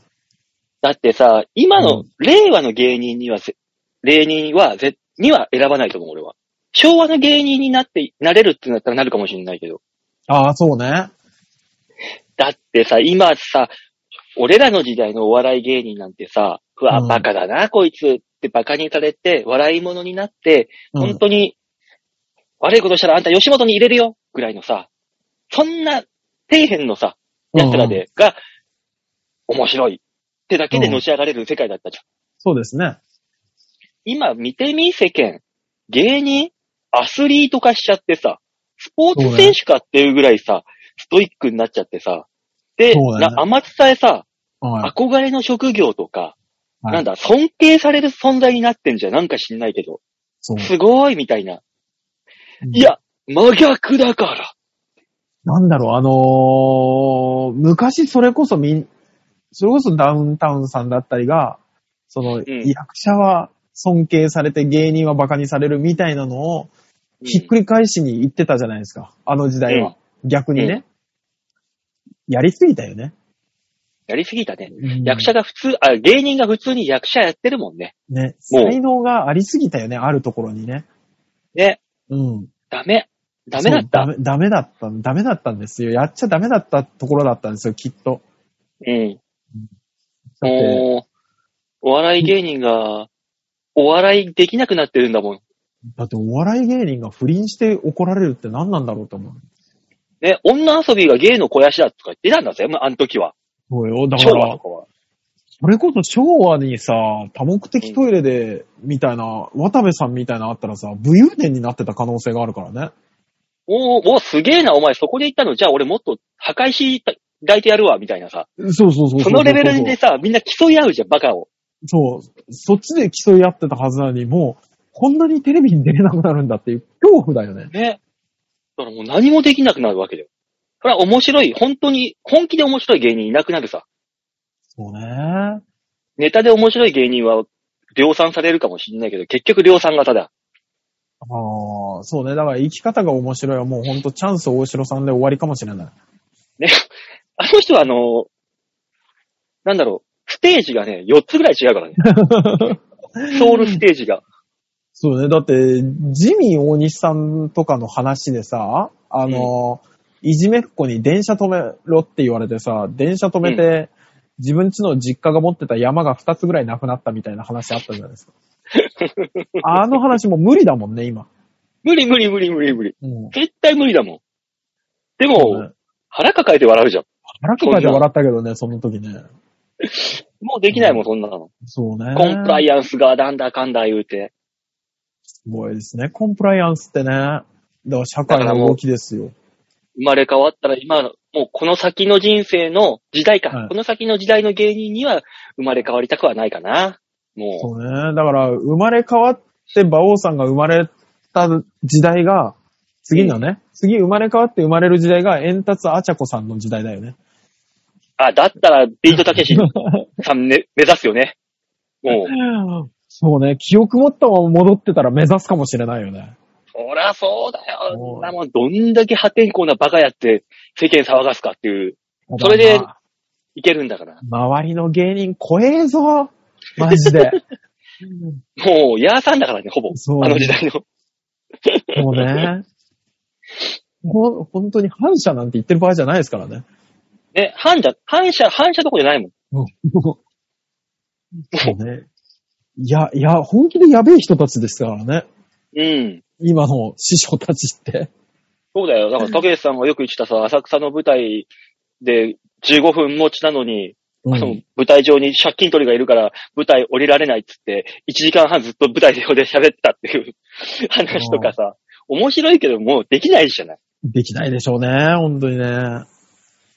S2: だってさ、今の
S3: う、
S2: 令和の芸人にはせ、芸人は、ぜ、には選ばないと思う、俺は。昭和の芸人になって、なれるってなったらなるかもしれないけど。
S3: ああ、そうね。
S2: だってさ、今さ、俺らの時代のお笑い芸人なんてさ、うわ、
S3: うん
S2: バカだな、こいつってバカにされて、笑い物になって、
S3: うん
S2: 本当に、悪いことしたらあんた吉本に入れるよぐらいのさ、そんな、底辺のさ、奴ら
S3: うんうん
S2: で、が、面白いってだけで
S3: うん
S2: のし上がれる世界だったじゃん。
S3: そうですね。
S2: 今、見てみ、世間。芸人アスリート化しちゃってさ、スポーツ選手かっていうぐらいさ、ストイックになっちゃってさ、で、
S3: そうだね
S2: な甘つさえさ、
S3: はい。
S2: 憧れの職業とか、
S3: はい
S2: なんだ、尊敬される存在になってんじゃんなんか知んないけど、
S3: そう。
S2: すごいみたいな。
S3: うん
S2: いや、真逆だから。
S3: なんだろう、あのー昔それこそみん、それこそダウンタウンさんだったりが、その、
S2: ん
S3: 役者は尊敬されて芸人は馬鹿にされるみたいなのを、ひっくり返しに言ってたじゃないですか。あの時代は。逆にね。やりすぎたよね。
S2: やりすぎたね。役者が普通、あ、芸人が普通に役者やってるもんね。
S3: ね、
S2: もう
S3: 才能がありすぎたよね、あるところにね。
S2: ね、
S3: うん。
S2: ダメ。ダメだっ
S3: そ
S2: た。
S3: うダメダメだった。ダメだったんですよ。やっちゃダメだったところだったんですよ、きっと。
S2: うん。
S3: だって、
S2: もう、お笑い芸人が、お笑いできなくなってるんだもん。
S3: だってお笑い芸人が不倫して怒られるって何なんだろうと思う。
S2: ね、女遊びが芸の肥やしだとか言ってたんだぜ、まあ、あの時は。
S3: そうよ。だか
S2: 昭和と
S3: ら、
S2: かは。
S3: それこそ昭和にさ、多目的トイレで、みたいな、渡部さんみたいなのあったらさ、武勇伝になってた可能性があるからね。
S2: おーおー、すげえな、お前、そこで行ったの、じゃあ俺もっと破壊し、抱いてやるわ、みたいなさ。
S3: そうそうそうう
S2: そのレベルでさ、みんな競い合うじゃん、バカを。
S3: そう、そっちで競い合ってたはずなのに、もう、こんなにテレビに出れなくなるんだっていう恐怖だよね。
S2: ね。だからもう何もできなくなるわけだよ。それは面白い、本当に、本気で面白い芸人いなくなるさ。
S3: そうね。
S2: ネタで面白い芸人は量産されるかもしれないけど、結局量産型だ。
S3: ああ、そうね。だから生き方が面白いはもうほんとチャンス大城さんで終わりかもしれない。
S2: ね。 あの人はあの、なんだろう、ステージがね、4つぐらい違うからね。 ソウルステージが。
S3: そうね。だって、ジミー大西さんとかの話でさ、あの、いじめっ子に電車止めろって言われてさ、電車止めて、自分家の実家が持ってた山が2つぐらいなくなったみたいな話あったじゃな いですか。あの話もう無理だもんね、今。
S2: 無理無理無理無理無理。
S3: うん
S2: 絶対無理だもん。でも、腹抱えて笑うじゃん。
S3: 腹抱えて笑ったけどね、その時ね。
S2: もうできないもん、そんなの。
S3: そうね。
S2: コンプラ
S3: イ
S2: イアンスがなんだかんだ言うて。
S3: すごいですね。コンプライアンスってね。だから社会の動きですよ。
S2: 生まれ変わったら今の、もうこの先の人生の時代か、
S3: はい
S2: この先の時代の芸人には生まれ変わりたくはないかな。も
S3: そうね。だから、生まれ変わって、馬王さんが生まれた時代が、次のね、次生まれ変わって生まれる時代が、円達あちゃこさんの時代だよね。
S2: う、あ、だったらビートたけしさん、ね、 目指すよね。もう、
S3: そうね。記憶持ったまま戻ってたら目指すかもしれないよね。
S2: そりゃそうだよ。
S3: おう
S2: そんなもんどんだけ破天荒なバカやって世間騒がすかっていう、それで
S3: ただまあ
S2: いけるんだから。
S3: 周りの芸人怖えぞ。マ ジで。
S2: もう、ヤーさんだからね、ほぼ。
S3: そう
S2: あの時代の。
S3: そうね。ほ、本当に反射なんて言ってる場合じゃないですからね。
S2: ね、反射、反射、反射どころじゃないもん。
S3: もうそうね。いや、いや、本気でやべえ人たちですからね。
S2: うん。
S3: 今の師匠たちって。
S2: そうだよ。だから、たけしさんがよく言ってたさ、浅草の舞台で15分持ちなのに、
S3: うん
S2: あの舞台上に借金取りがいるから、舞台降りられないっつって、1時間半ずっと舞台上で喋ってたっていう話とかさ、面白いけどもうできないじゃない。
S3: できないでしょうね、本当にね。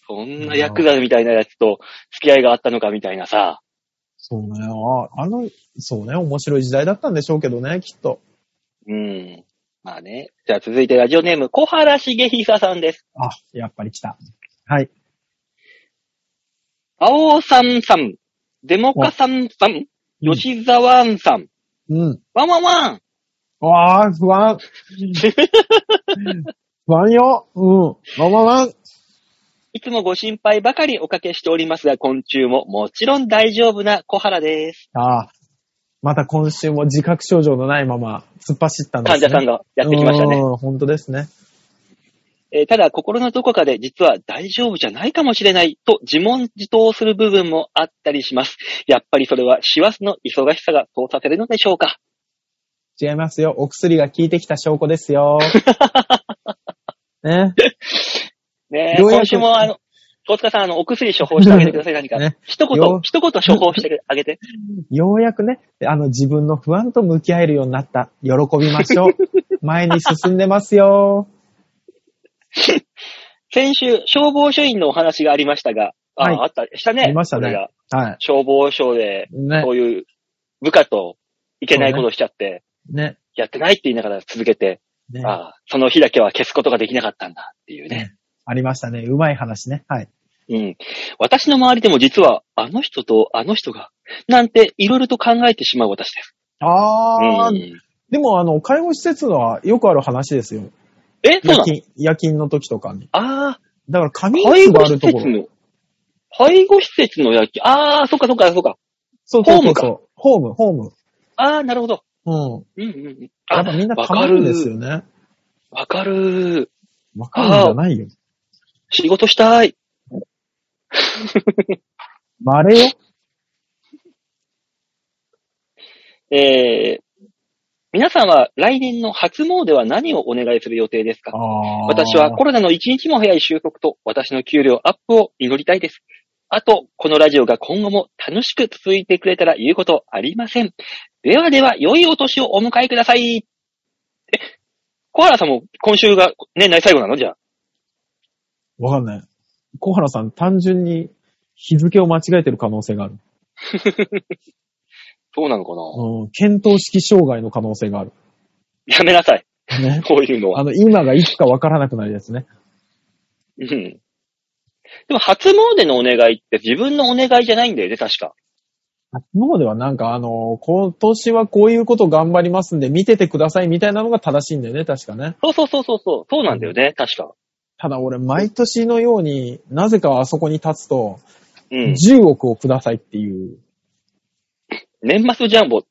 S2: そんなヤクザみたいなやつと付き合いがあったのかみたいなさ、
S3: そうね。ああの、そうね、面白い時代だったんでしょうけどね、きっと。
S2: うん。まあね。じゃあ続いてラジオネーム、小原茂久さんです。
S3: あ、やっぱり来た。はい。
S2: 青さんさん、デモカさんさん、
S3: うん
S2: 吉沢んさん、
S3: うん。
S2: ワンワンワン
S3: わあ、不安。不安よ。うん。まままん。
S2: いつもご心配ばかりおかけしておりますが、今週ももちろん大丈夫な小原です。
S3: ああ。また今週も自覚症状のないまま突っ走ったんです、
S2: 患者
S3: ね。
S2: さんがやってきましたね。
S3: うん、本当ですね。
S2: えーただ、心のどこかで実は大丈夫じゃないかもしれないと自問自答する部分もあったりします。やっぱりそれは師走の忙しさがそうさせるのでしょうか。
S3: 違いますよ。お薬が効いてきた証拠で すよ。ね。
S2: ねえ、
S3: ようやく
S2: 今週もあの、小塚さん、あの、お薬処方してあげてください、何か。
S3: ね
S2: 一言
S3: よ、
S2: 一言処方してあげて。
S3: ようやくね、あの自分の不安と向き合えるようになった。喜び ましょう。前に進んでますよ。
S2: 先週、消防署員のお話がありましたが、あ、
S3: はい
S2: あった、したね。
S3: ありましたね
S2: これが
S3: は
S2: 消防署で、
S3: い。ね
S2: そ。ういう部下といけないことをしちゃって、
S3: ね。
S2: やってないって言いながら続けて、
S3: ね。あ
S2: ああ、その日だけは消すことができなかったんだっていうね。
S3: りましたね。うまい話ね。はい。
S2: うん。私の周りでも実は、あの人とあの人が、なんていろいろと考えてしまう私です。
S3: あー、
S2: うん
S3: でもあの、介護施設のはよくある話ですよ。
S2: え、そう
S3: 夜
S2: なの
S3: 勤、夜勤の時とかに。
S2: ああ、
S3: だから仮眠
S2: 介
S3: 室
S2: 護
S3: があ
S2: 施
S3: るとこ
S2: 設
S3: ろ。
S2: の、介護施設の焼き、ああ、そっかそっかそっか。
S3: そう
S2: ホ
S3: そ
S2: ー
S3: う
S2: ム
S3: そう
S2: か
S3: そう。ホーム、ホーム。
S2: ああ、なるほど。
S3: うん。
S2: うんうんうん。あ
S3: やっぱみんな
S2: わ
S3: 溜
S2: か
S3: ま
S2: る
S3: るんですよね。
S2: わかる。
S3: わかるんじゃないよ。
S2: 仕事したい。
S3: まああれよ。
S2: えー、皆さんは来年の初詣は何をお願いする予定ですか
S3: あー
S2: 私はコロナの一日も早い収束と私の給料アップを祈りたいです。あと、このラジオが今後も楽しく続いてくれたら言うことありません。ではでは、良いお年をお迎えください。え、コアラさんも今週が年内最後なのじゃあ。
S3: わかんない。小原さん、単純に日付を間違えてる可能性がある。
S2: そうなのかな、
S3: うん、検討式障害の可能性がある。
S2: やめなさい。
S3: ね。
S2: こういうのは。
S3: あの、今がいつかわからなくなるやつね。
S2: うん。でも、初詣のお願いって自分のお願いじゃないんだよね、確か。
S3: 今まではなんか、あの、今年はこういうこと頑張りますんで、見ててくださいみたいなのが正しいんだよね、確かね。
S2: そうそうそうそうそう。そうなんだよね、確か。
S3: ただ俺、毎年のようになぜかあそこに立つと、
S2: うん。
S3: 10億をくださいっていう。
S2: 年末ジャンボ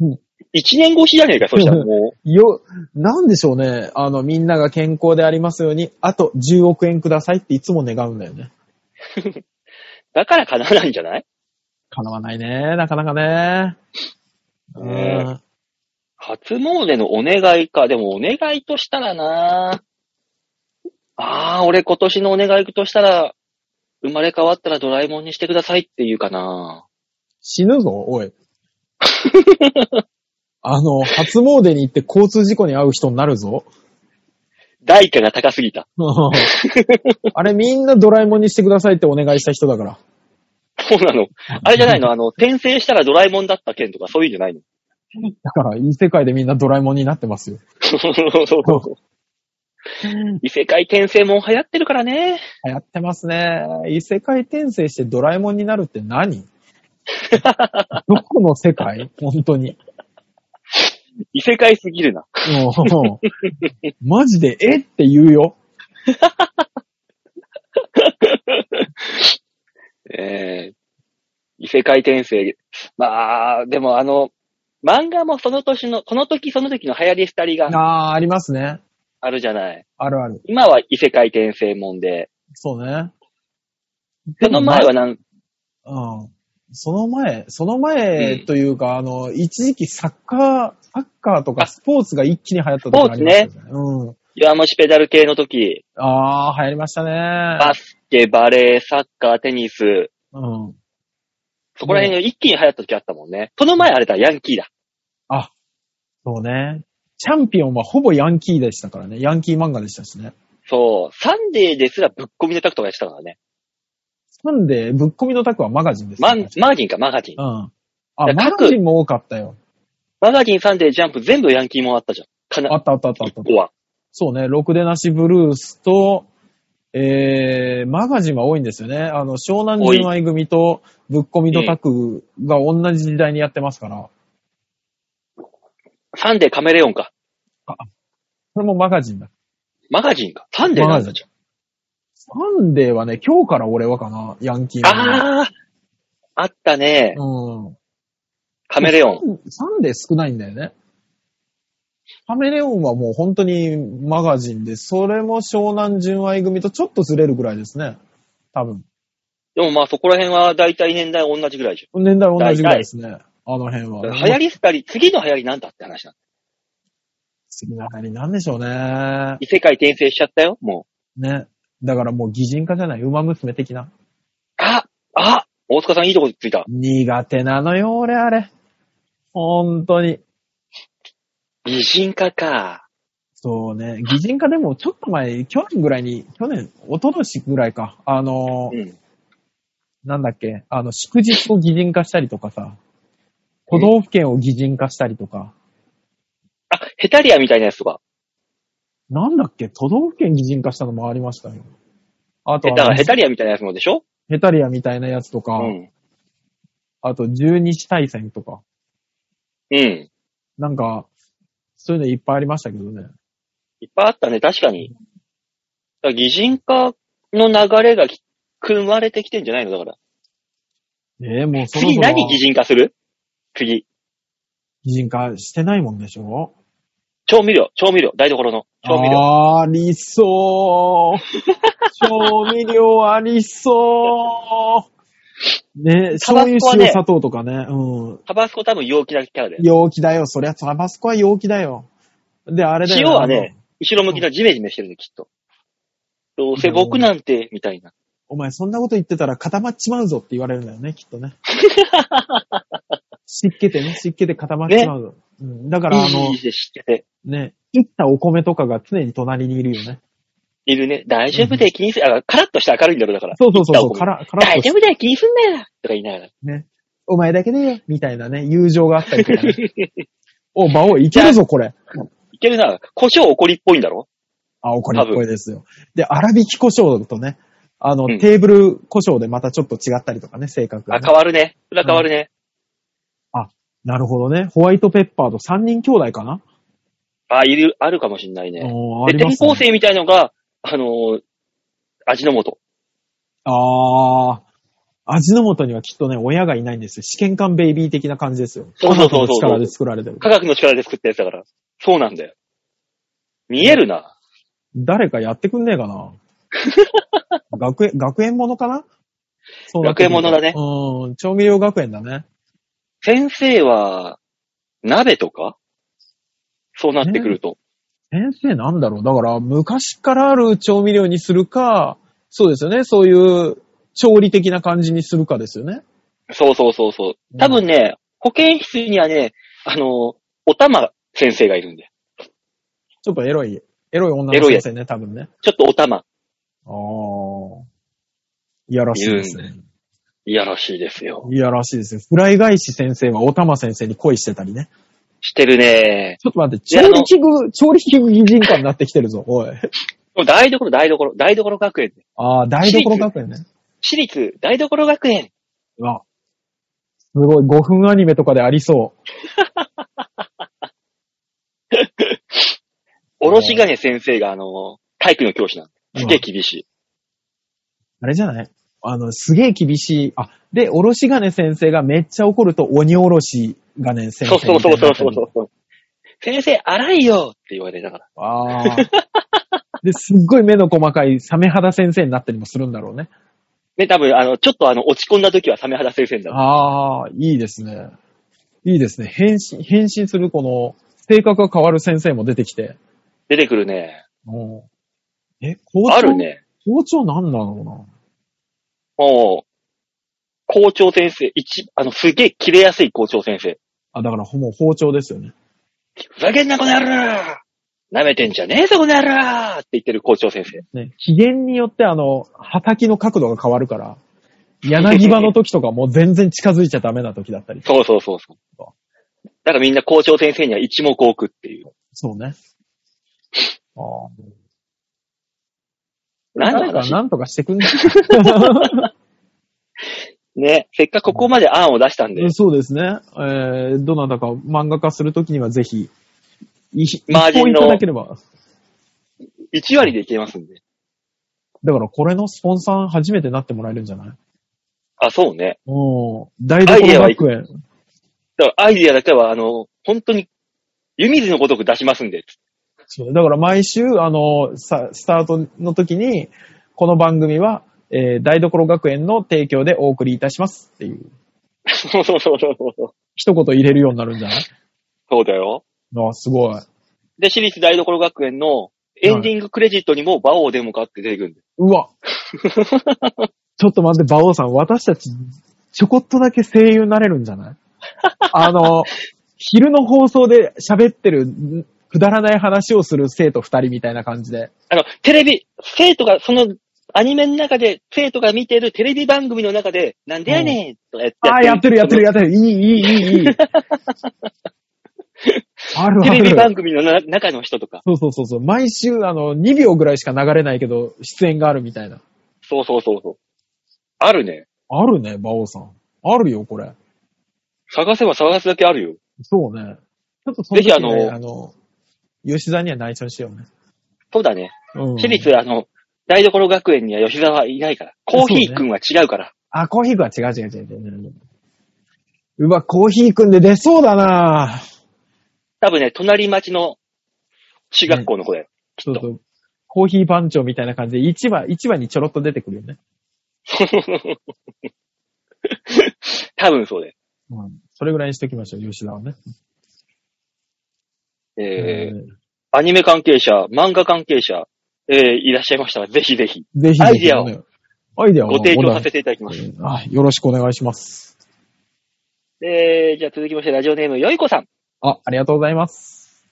S3: うん。
S2: 一年越しじゃねえか、そしたらも
S3: よ、なんでしょうね。あの、みんなが健康でありますように、あと10億円くださいっていつも願うんだよね。
S2: う。だから叶わないんじゃない
S3: 叶わないね、なかなかね。
S2: ね
S3: うん
S2: 初詣のお願いか。でもお願いとしたらなああ、俺今年のお願いとしたら、生まれ変わったらドラえもんにしてくださいっていうかな
S3: 死ぬぞ、おい。あの、初詣に行って交通事故に遭う人になるぞ。
S2: 代価が高すぎた。
S3: あれみんなドラえもんにしてくださいってお願いした人だから。
S2: そうなの。あれじゃないのあの、転生したらドラえもんだった件とかそういうんじゃないの
S3: だから、異世界でみんなドラえもんになってますよ。
S2: そうそうそう。異世界転生も流行ってるからね。
S3: やってますね。異世界転生してドラえもんになるって何どこの世界本当に。
S2: 異世界すぎるな。
S3: もうマジで、えって言うよ。
S2: えー、異世界転生。まあ、でもあの、漫画もその年の、この時その時の流行り廃りが
S3: ああー、ありますね。
S2: あるじゃない。
S3: あるある。
S2: 今は異世界転生もんで、
S3: そうね。
S2: その前はなん、
S3: うんその前、その前というか、あの、一時期サッカー、サッカーとかスポーツが一気に流行った時ありましたね。うん。
S2: 弱虫ペダル系の時、
S3: ああ、流行りましたね。
S2: バスケ、バレー、サッカー、テニス、
S3: うん。
S2: そこら辺が一気に流行った時あったもんね。その前あれだ、ヤンキーだ。
S3: あ、そうね。チャンピオンはほぼヤンキーでしたからね。ヤンキー漫画でしたしね。
S2: そう、サンデーですらぶっ込みのタクとかやってたからね。
S3: なんで、ぶっ込みのタクはマガジンです、
S2: マン、マガジンか、マガジン
S3: う。ん。
S2: い
S3: あ、
S2: や
S3: マガジンも多かったよ。
S2: マガジン、サンデー、ジャンプ、全部ヤンキーもんあったじゃん。かな、
S3: あったあったあったあった
S2: 一。個は。
S3: そうね、ろくでなしブルースと、えー、マガジンは多いんですよね。あの、湘南純愛組とぶっこみドタクが同じ時代にやってますから、
S2: サンデー、カメレオンか。
S3: それもマガジンだ。
S2: マガジンか。サンデーなんだじゃん。
S3: サンデーはね、今日から俺はかな、ヤンキーの。
S2: あー、あったね。
S3: うん。
S2: カメレ オン。
S3: サンデー少ないんだよね。カメレオンはもう本当にマガジンで、それも湘南純愛組とちょっとずれるぐらいですね。多分。
S2: でもまあそこら辺は大体年代同じぐらいでし
S3: 年代同じぐらいですね。あの辺
S2: ょ。
S3: は。
S2: 流行りすたり、次の流行りなんだって話なんだ。
S3: 次の流行りなんでしょうね。
S2: 異世界転生しちゃったよ、も
S3: ね。だからもう擬人化じゃない、馬娘的な。
S2: う。ああ大塚さんいいとこついた。
S3: 苦手なのよ、俺、あれ。本当に。
S2: 美人化か。
S3: そうね。擬人化でもちょっと前、去年ぐらいに、去年、おととしぐらいか。あの
S2: う、ん。
S3: なんだっけ、あの、祝日を擬人化したりとかさ、都道府県を擬人化したりとか、
S2: あ、ヘタリアみたいなやつとか。
S3: なんだっけ、都道府県擬人化したのもありましたよ。あと
S2: ヘタ
S3: は、
S2: ヘタリアみたいなやつもでしょ
S3: ヘタリアみたいなやつと
S2: う
S3: か、
S2: ん。
S3: あと十二支対戦とか。
S2: うん。
S3: なんか、そういうのいっぱいありましたけどね。
S2: いっぱいあったね、確かに。だから擬人化の流れがき組まれてきてんじゃないのだから。
S3: えー、もうそろそろ
S2: 次何擬人化する次。
S3: 擬人化してないもんでしょ
S2: 調味料、調味料、台所の調味料。
S3: あーりそう。調味料ありそう。ね、
S2: タバ
S3: 醤
S2: スコはね
S3: 油、塩、砂糖とかね。うん。
S2: タバスコ多分陽気なキャラだよ。
S3: 陽気だよ。そりゃ、タバスコは陽気だよ。で、あれだよ。
S2: 塩はね後ろ向きなジメジメしてるね、きっと。どうせ僕なんて、みたいな。
S3: お前そんなこと言ってたら固まっちまうぞって言われるんだよね、きっと ね。湿気てね、湿気て固まっちまうぞ。うん、だから、あの
S2: いい、で知ってて。
S3: ね、いったお米とかが常に隣にいるよね。
S2: いるね。大丈夫だよ、気にすあ、カラッとして明るいんだろ、だから。
S3: そうそうそうそう、
S2: いったお米
S3: から、からっ
S2: 大
S3: と
S2: 丈夫だよ、気にすんなよとか言いなが ら。
S3: ね。お前だけで、みたいなね、友情があったりとか ね。お、馬王、いけるぞ、これ。
S2: いけるな。胡椒怒りっぽいんだろ
S3: あ、これっぽいですよ。で、粗挽き胡椒とね、あの、
S2: うん
S3: テーブル胡椒でまたちょっと違ったりとかね、性格が
S2: あ、
S3: ね、
S2: 変わるね。それは変わるね。
S3: なるほどね。ホワイトペッパーと3人兄弟かな、
S2: あ、いる、あるかもしんないね。
S3: おーあ
S2: で、
S3: りま
S2: 転
S3: すね
S2: 校生みたいのが、あのー味の素。
S3: あー。味の素にはきっとね、親がいないんですよ。試験官ベイビー的な感じですよ。
S2: そうそうそうそう
S3: 科学の力で作られてる。
S2: 科学の力で作ったやつだから。そうなんだよ。見えるな。
S3: 誰かやってくんねえ かな学園、学園ものかなそうなっ
S2: 学
S3: てく
S2: 園も
S3: る
S2: のだね。
S3: うん、調味料学園だね。
S2: 先生は、鍋とかそうなってくると。
S3: 先生なんだろうだから、昔からある調味料にするか、そうですよね。そういう、調理的な感じにするかですよね。
S2: そうそうそうそう。多分ね、保健室にはね、あのーお玉先生がいるんだよ。
S3: ちょっとエロい、エロい女
S2: エ
S3: の
S2: ロい
S3: 先
S2: やつ
S3: 生ね、多分ね。
S2: ちょっとお玉。
S3: ああ。いやらしいです
S2: 言
S3: ね。
S2: いやらしいですよ。
S3: いやらしいですね。フライ返し先生はお玉先生に恋してたりね。
S2: してるね。
S3: ちょっと待って、
S2: いや
S3: 調理器具、調理器具擬人化になってきてるぞ、おい。
S2: 台所、台所、台所学園。
S3: ああ、台所学園ね。
S2: 私立台所学園。
S3: うわ。すごい、5分アニメとかでありそう。
S2: おろし金先生が、あの、体育の教師なんで。すげえ厳しい。
S3: あれじゃないあの、すげえ厳しい。あ、で、おろし金先生がめっちゃ怒ると鬼おろし金先生
S2: そう
S3: みたい
S2: そう
S3: になって
S2: そ
S3: る。
S2: うそうそうそう。先生、荒いよって言われながら。
S3: ああ。 で、すっごい目の細かいサメ肌先生になったりもするんだろうね。
S2: ね、多分、あの、ちょっとあの、落ち込んだ時はサメ肌先生だわ。
S3: ああ、いいですね。いいですね。変身、変身するこの、性格が変わる先生も出てきて。
S2: 出てくるね。
S3: おーえ、校長
S2: ある。ね。
S3: 校長なんだろうな。
S2: もう、校長先生、一、あの、すげえ切れやすい校長先生。
S3: あ、だからほぼ包丁ですよね。
S2: ふざけんな、この野郎舐めてんじゃねえぞ、この野郎って言ってる校長先生。
S3: ね、機嫌によってあの、畑の角度が変わるから、柳場の時とかもう全然近づいちゃダメな時だったり。
S2: そうそうそうそう。だからみんな校長先生には一目置くっていう。
S3: そうね。ああ。
S2: 何の
S3: 誰か
S2: 話
S3: なんとかしてく んない
S2: ね、せっかくここまで案を出したんで
S3: うん、そうですね。えー、どなたか漫画化するときにはぜひ、い
S2: マージンの
S3: 一報いただければ。
S2: 1割でいけますんで。
S3: だからこれのスポンサー初めてなってもらえるんじゃない
S2: あ、そうね。
S3: お大所学園。
S2: だからアイディアだけは、あの、本当に、湯水のごとく出しますんで。
S3: そうだから毎週、あの、さスタートの時に、この番組は、えー、台所学園の提供でお送りいたしますっていう、
S2: そうそうそうそうそう。
S3: 一言入れるようになるんじゃない
S2: そうだよ。
S3: ああ、すごい。
S2: で、私立台所学園のエンディングクレジットにも、馬王デモカって出てくるんで。
S3: うわ。 ちょっと待って、馬王さん、私たち、ちょこっとだけ声優になれるんじゃないあの、昼の放送で喋ってる、んくだらない話をする生徒二人みたいな感じで。
S2: あの、テレビ、生徒が、その、アニメの中で、生徒が見てるテレビ番組の中で、なんでやねんとかやって。
S3: ああ、やってる、やってる、やってる。いい、いい、いい、い い。あるあ
S2: テレビ
S3: る。
S2: 番組のな中の人とか。
S3: そうそうそうそう。毎週、あの、2秒ぐらいしか流れないけど、出演があるみたいな。
S2: そうそうそうそう。あるね。
S3: あるね、馬王さん。あるよ、これ。
S2: 探せば探すだけあるよ。
S3: そうね。ちょっとその時、
S2: ぜ
S3: ね、
S2: ひあの
S3: あの、吉沢には内緒にしようね。
S2: そうだね。
S3: うん。
S2: 私立、あの、台所学園には吉沢はいないから。コーヒーくんは違うから。
S3: あ、コーヒーくんは違う違う違う違う。うわ、コーヒーくんで出そうだなぁ。
S2: 多分ね、隣町の中学校の子だよ。き
S3: そ
S2: っ
S3: う
S2: と。
S3: そう。コーヒー番長みたいな感じで、一話、一話にちょろっと出てくるよね。
S2: 多分そうだよ。
S3: うん。それぐらいにしときましょう、吉沢はね。
S2: えー、
S3: ー
S2: アニメ関係者、漫画関係者、えー、いらっしゃいましたら、ぜひぜひ。
S3: ぜひぜひ、
S2: アイディアを
S3: ねアイデアは
S2: ご提供さ
S3: て
S2: せていただきます。
S3: あ、よろしくお願いします。
S2: で、じゃあ続きまして、ラジオネーム、よいこさん。
S3: あ、ありがとうございます。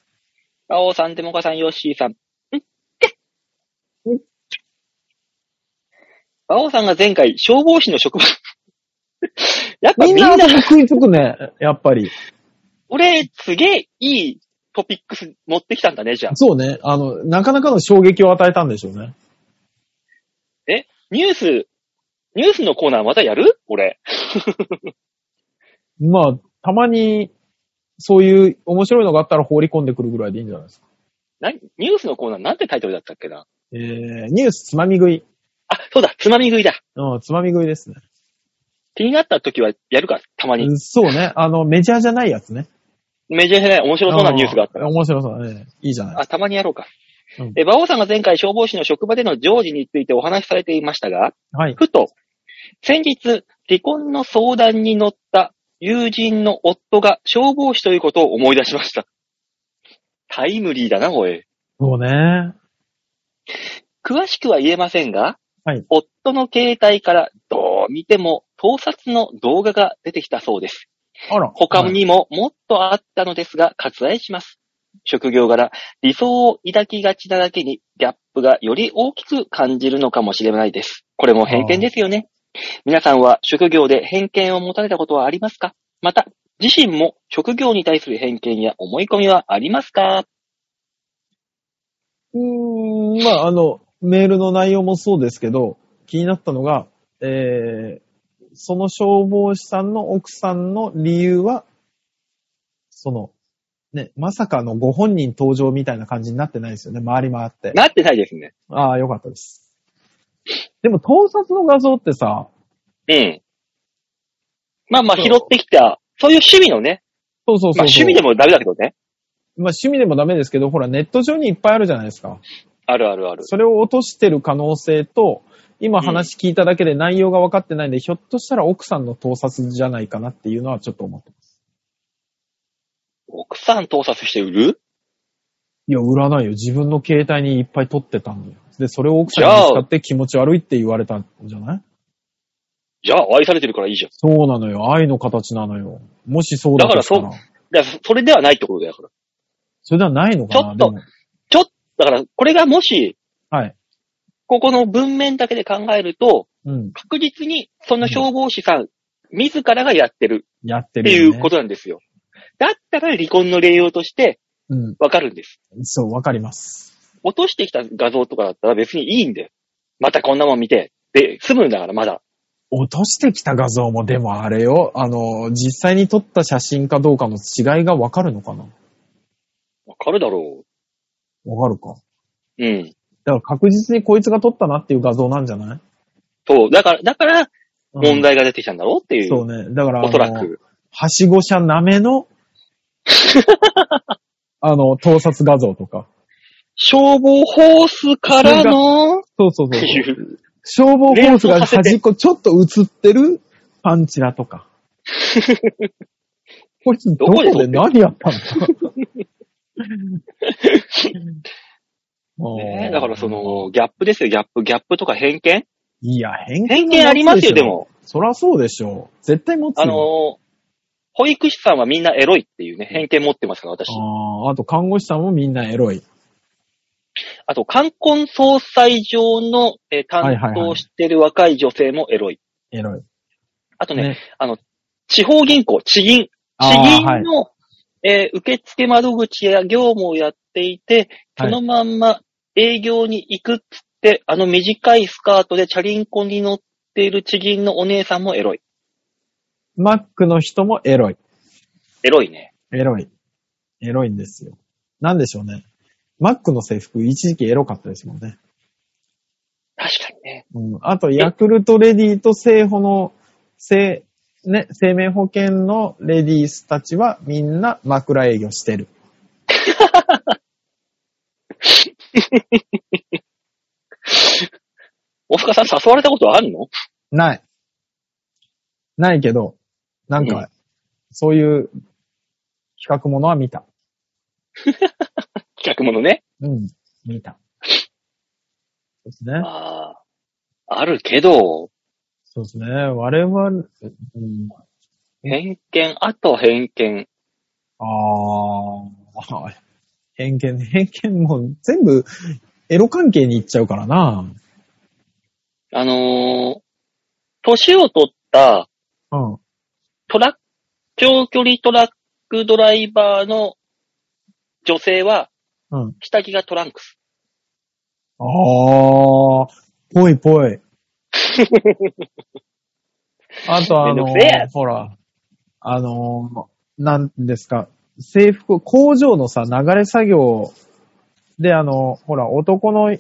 S2: あおさん、てもかさん、よっしーさん。んっけ
S3: ん
S2: んっけあおさんが前回、消防士の職 場。やっぱ
S3: み
S2: み
S3: ん
S2: ん
S3: な
S2: な、
S3: あそこ食いつくね、やっぱり。
S2: 俺、すげえいいトピックス持ってきたんだね、じゃあ。
S3: そうね、あの、なかなかの衝撃を与えたんでしょうね。
S2: ニュース、ニュースのコーナーまたやる俺。
S3: まあ、たまに、そういう面白いのがあったら放り込んでくるぐらいでいいんじゃないですか。
S2: な、ニュースのコーナーなんてタイトルだったっけな
S3: えー、ニュースつまみ食い。
S2: あ、そうだ、つまみ食いだ。
S3: うん、つまみ食いですね。
S2: 気になった時はやるか、たまに。
S3: うんそうね、あの、メジャーじゃないやつね。
S2: メジャーじゃない面白そうなニュースがあった
S3: ー。面白そうだね。いいじゃない。
S2: あ、たまにやろうか。
S3: うん
S2: え、馬王さんが前回消防士の職場での常時についてお話しされていましたが、
S3: はい。
S2: ふと、先日、離婚の相談に乗った友人の夫が消防士ということを思い出しました。タイムリーだな、おい。
S3: そうね。
S2: 詳しくは言えませんが、
S3: はい
S2: 夫の携帯からどう見ても盗撮の動画が出てきたそうです。
S3: あら。
S2: 他
S3: はい
S2: にももっとあったのですが、割愛します。職業柄、理想を抱きがちなだけに、ギャップがより大きく感じるのかもしれないです。これも偏見ですよね。皆さんは職業で偏見を持たれたことはありますかまた、自身も職業に対する偏見や思い込みはありますか
S3: うーん、まあ、あの、メールの内容もそうですけど、気になったのが、えー、その消防士さんの奥さんの理由は、その、ね、まさかのご本人登場みたいな感じになってないですよね、回り回って。
S2: なってないですね。
S3: ああ、よかったです。でも、盗撮の画像ってさ、
S2: うん。まあまあ
S3: そう
S2: 拾ってきた、そういう趣味のね、
S3: そうそうそうそ
S2: まあ趣
S3: う。
S2: 味でもダメだけどね。
S3: まあ、趣味でもダメですけど、ほら、ネット上にいっぱいあるじゃないですか。
S2: あるあるある。
S3: それを落としてる可能性と、今話聞いただけで内容が分かってないんで、ひょっとしたら奥さんの盗撮じゃないかなっていうのはちょっと思ってます。
S2: 奥さん盗撮して売る
S3: いや、売らないよ。自分の携帯にいっぱい撮ってたんだよ。で、それを奥さんに見つかって気持ち悪いって言われたんじゃない
S2: じゃあ愛されてるからいいじゃん。
S3: そうなのよ。愛の形なのよ。もしそうだとした
S2: だ
S3: ら。
S2: だから、それではないってことだよ。だか
S3: それではないのかな
S2: ちょっと
S3: でも
S2: ら、だからこれがもし、
S3: はい。
S2: ここの文面だけで考えると、
S3: うん。
S2: 確実にその消防士さん、自らがやってる
S3: やって
S2: って
S3: る
S2: い
S3: よ、ね。
S2: うことなんですよ。だったら離婚の例用として
S3: うん。
S2: わかるんです。
S3: そう、わかります。
S2: 落としてきた画像とかだったら別にいいんだよ。またこんなもん見て。で、済むんだからまだ。
S3: 落としてきた画像も、でもあれよ。あの、実際に撮った写真かどうかの違いがわかるのかな
S2: わかるだろ
S3: わかるか。
S2: う。うん。
S3: だから確実にこいつが撮ったなっていう画像なんじゃない
S2: そう。だから、だから
S3: うん
S2: 問題が出てきたんだろうっていう。
S3: そうね。だから、
S2: おそら
S3: あの
S2: く。
S3: はしご車な めの、あの、盗撮画像とか。
S2: 消防ホースからのっ
S3: そうそう
S2: て
S3: そう。
S2: いう。
S3: 消防ホース
S2: 連
S3: が
S2: 想させて
S3: 端っこちょっと映ってるパンチラと か。こいつどこ
S2: どこ
S3: で
S2: で撮
S3: 何やったんだ
S2: ねえだからそ、の、ギャップですよ、ギャップ。ギャップとか偏見
S3: いや、偏見
S2: 偏見ありますよ、で
S3: 持つしょ。
S2: も。
S3: そらそうでしょう。絶対持つよ。
S2: あのー、保育士さんはみんなエロいっていうね、偏見持ってますから、私。
S3: あーあと看護師さんもみんなエロい。
S2: あと、冠婚葬祭上の、えー
S3: はい
S2: 担
S3: はいはい
S2: 当してる若い女性もエロい。
S3: エロい。
S2: あとね、
S3: ね
S2: あの、地方銀行、地銀。
S3: あー
S2: 地
S3: は
S2: 銀
S3: い
S2: の、えー受付窓口や業務をやっていて、そのまんま営業に行くっつって、あの短いスカートでチャリンコに乗っている地銀のお姉さんもエロい。
S3: マックの人もエロい。
S2: エロいね。
S3: エロい。エロいんですよ。なんでしょうね。マックの制服、一時期エロかったですもんね。
S2: 確かにね。
S3: うん。あと、ヤクルトレディと生保の、生、ね、生命保険のレディースたちはみんな枕営業してる。
S2: 大塚さん誘われたことあるの
S3: ない。ないけど、なん
S2: うん
S3: か、そういう企画ものは見た。
S2: 企画ものね。
S3: うん、見た。そうですね。
S2: ああ。あるけど、
S3: そうですね。我々、うん、
S2: 偏見、あと偏見。
S3: ああ、 偏見、偏見もう全部エロ関係に行っちゃうからな。
S2: あのー、年を取った
S3: うん。
S2: トラック、長距離トラックドライバーの女性は
S3: うん。
S2: 下着がトランクス。
S3: ああ、ぽいぽ い。あとあ
S2: めんど
S3: の
S2: くせえや、
S3: ほら、あの、なんですか、制服、工場のさ、流れ作業で、あの、ほら、男の、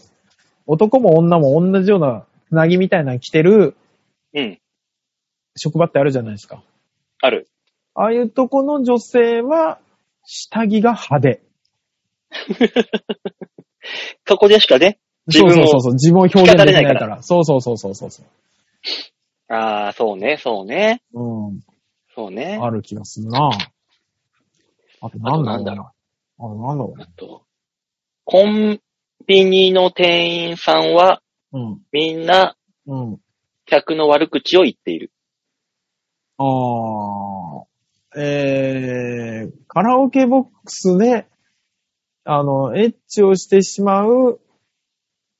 S3: 男も女も同じようなつなぎみたいなの着てる
S2: うん、
S3: 職場ってあるじゃないですか。
S2: ある。
S3: ああいうとこの女性は、下着が派手。
S2: そこでしかね、自分を
S3: そうそうそう、自分を表現できないから。
S2: 引き
S3: そうそうそうそうそうそ
S2: ああ、そうね、そうね、
S3: う。うん。
S2: そうね。
S3: ある気がするなあとなんだろうな。あとなんだろう
S2: あと、コンビニの店員さんは
S3: な。
S2: みんな
S3: うん。うん。
S2: 客の悪口を言っている。
S3: あー。えー、カラオケボックスで、あの、エッチをしてしまう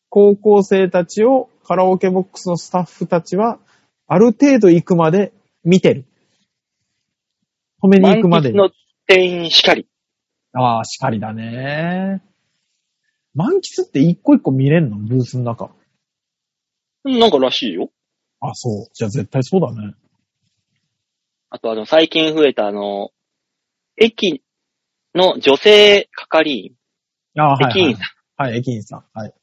S3: 高校生たちをカラオケボックスのスタッフたちは、ある程度行くまで見てる。止めに行くまでに
S2: 満喫の店員しかり。
S3: ああ、しかりだね。満喫って一個一個見れんのブースの中。
S2: なんからしいよ。
S3: あ、そう。じゃあ絶対そうだね。
S2: あとあの、最近増えたあの、駅の女性係員、
S3: あはい、はい。
S2: 駅員さ
S3: はい、駅員さん。はい。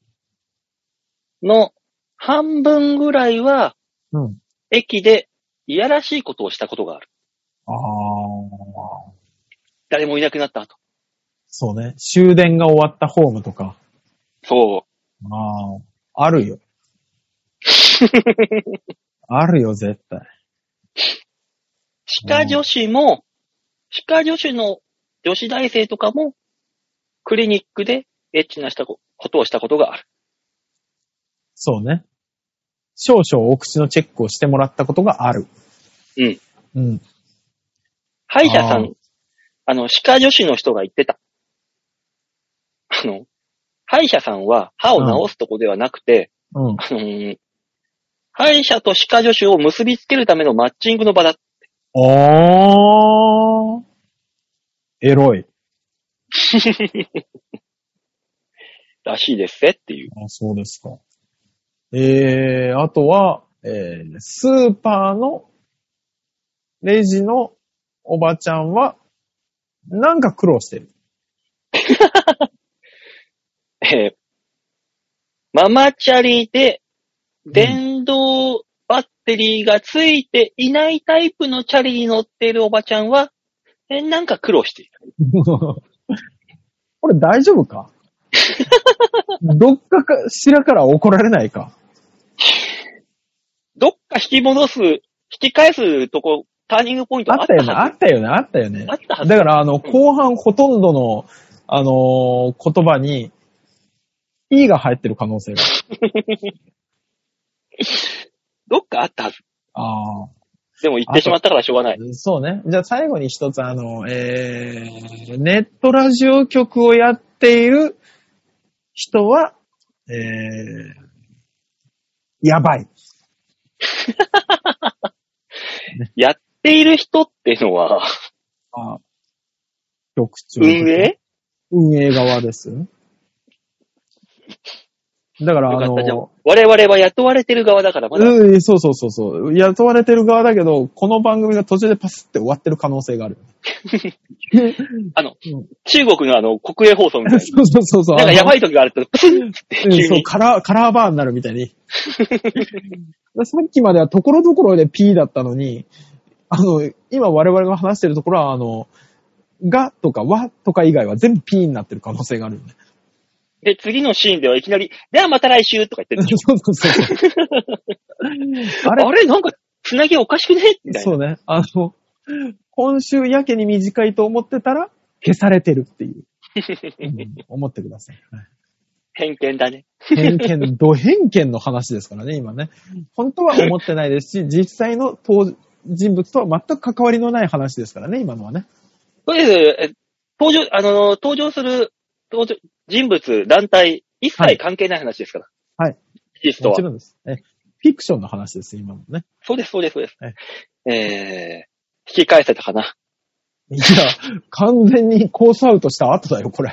S2: んの半分ぐらいは
S3: うん。
S2: 駅でいやらしいことをしたことがある。
S3: ああ、
S2: 誰もいなくなった後。
S3: そうね。終電が終わったホームとか。
S2: そ
S3: ああ、ある よ。あるよ、絶対。
S2: う。歯科女子も、歯科女子の女子大生とかも、クリニックでエッチなしたこことをしたことがある。
S3: そうね。少々お口のチェックをしてもらったことがある。
S2: うん。
S3: うん。
S2: 歯医者さ
S3: あー
S2: ん、あの、歯科女子の人が言ってた。あの、歯医者さんは歯を治すとこではなくて、
S3: うん。
S2: あのー歯医者と歯科助手を結びつけるためのマッチングの場だ。
S3: ああ、エロい。
S2: らしいですぜっていう。
S3: あ、そうですか。えー、あとは、えー、スーパーのレジのおばちゃんは、なんか苦労してる。
S2: えーママチャリで電動バッテリーがついていないタイプのチャリに乗っているおばちゃんは、えーなんか苦労している。
S3: こ れ大丈夫かどっかかしらから怒られないか
S2: どっか引き戻す、引き返すとこ、ターニングポイント
S3: あ
S2: あ
S3: っ
S2: ったた
S3: よね、あ
S2: は
S3: ったよね、あったよね
S2: ず。あ。ったはず。
S3: だから、あの、後半ほとんどの、あのー言葉に、E が入ってる可能性が。
S2: どっかあったはず。
S3: ああ。
S2: でも行ってしまったからしょうがない。
S3: そうね。じゃあ最後に一つ、あの、えー、ネットラジオ局をやっている人は、えー、やばい。
S2: やっている人っていうのは、
S3: あ局長。
S2: 運営
S3: 運営側ですよね。だから、
S2: よ
S3: あ
S2: かった。じゃあ
S3: の、
S2: 我々は雇われてる側だから、まだ。
S3: うん、そうそうそうそう。雇われてる側だけど、この番組が途中でパスって終わってる可能性が ある。
S2: あの、中国のあの、国営放送みたい
S3: そうそうそうそう。
S2: な。なんかやば
S3: い
S2: い時があると、プスンって急
S3: うん、そう、
S2: に。
S3: カラー、カラーバーになるみた いに。さっきまではところどころで P だったのに、あの、今我々が話してるところは、あの、がとかわとか以外は全部 P になってる可能性があ るよね。
S2: で、次のシーンではいきなり、ではまた来週とか言ってるんでし
S3: そうそうそう。 あれ
S2: ょ。あれなんか、つなぎおかしくねみたい
S3: そ
S2: な。
S3: うね。あの、今週やけに短いと思ってたら、消されてるっていう。うん思ってください。はい
S2: 偏見だね。
S3: 偏 見、ド偏見の話ですからね、今ね。本当は思ってないですし、実際の当人物とは全く関わりのない話ですからね、今のはね。
S2: とりあえず、え登場、あの、登場する、登場、人物、団体、一
S3: は
S2: 切
S3: い
S2: 関係ない話ですから。
S3: はい。
S2: リスト
S3: も
S2: は
S3: ち。ろんです。えフィクションの話です、今のね。
S2: そうです、そうです、そうです。えー、引き返せたかな。
S3: いや、完全にコースアウトした後だよ、これ。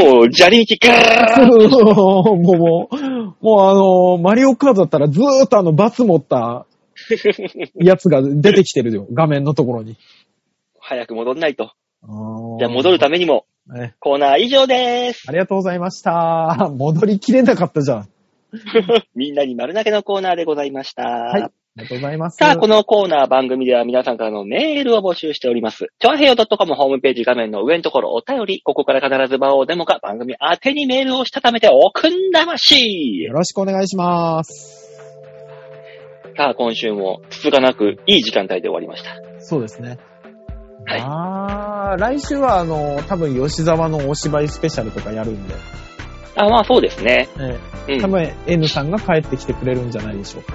S2: もう、砂利道 ガーッ
S3: もう、もう、もうあのマリオカードだったらずーっとあの、バツ持ったやつが出てきてるよ、画面のところに。
S2: 早く戻んないと。
S3: じ
S2: じゃあ戻るためにも、
S3: め。え
S2: コーナー以上です。
S3: ありがとうございました。 戻りきれなかったじゃん。
S2: みんなに丸投げのコーナーでございました。
S3: はい。ありがとうございます。
S2: さあ、このコーナー番組では皆さんからのメールを募集しております。ちょあへよ .com ホームページ画面の上のところお便り、ここから必ず場をデモか番組宛てにメールをしたためておくんだまし
S3: よろしくお願いします。
S2: さあ、今週もつつがなくいい時間帯で終わりました。
S3: そうですね。
S2: はい
S3: あー来週はあの、多分吉沢のお芝居スペシャルとかやるんで、
S2: あ、まあそうですね。
S3: え
S2: う
S3: え多
S2: ん。
S3: 分 N さんが帰ってきてくれるんじゃないでしょうか。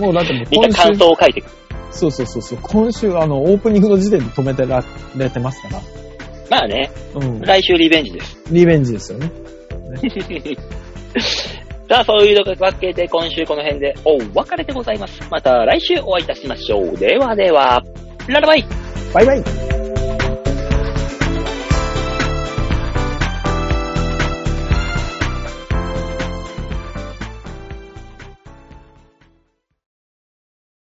S3: もうだってもう
S2: みん
S3: 今
S2: な感
S3: 週
S2: 想、を書いてくる。
S3: そうそうそうそう、今週あの、オープニングの時点で止めてられてますから、
S2: まあね、
S3: うん、
S2: 来週リベンジです。
S3: リベンジですよね。
S2: さあ、そういうわけで今週この辺でお別れでございます。また来週お会いいたしましょう。ではでは、ララバイ
S3: バイバイ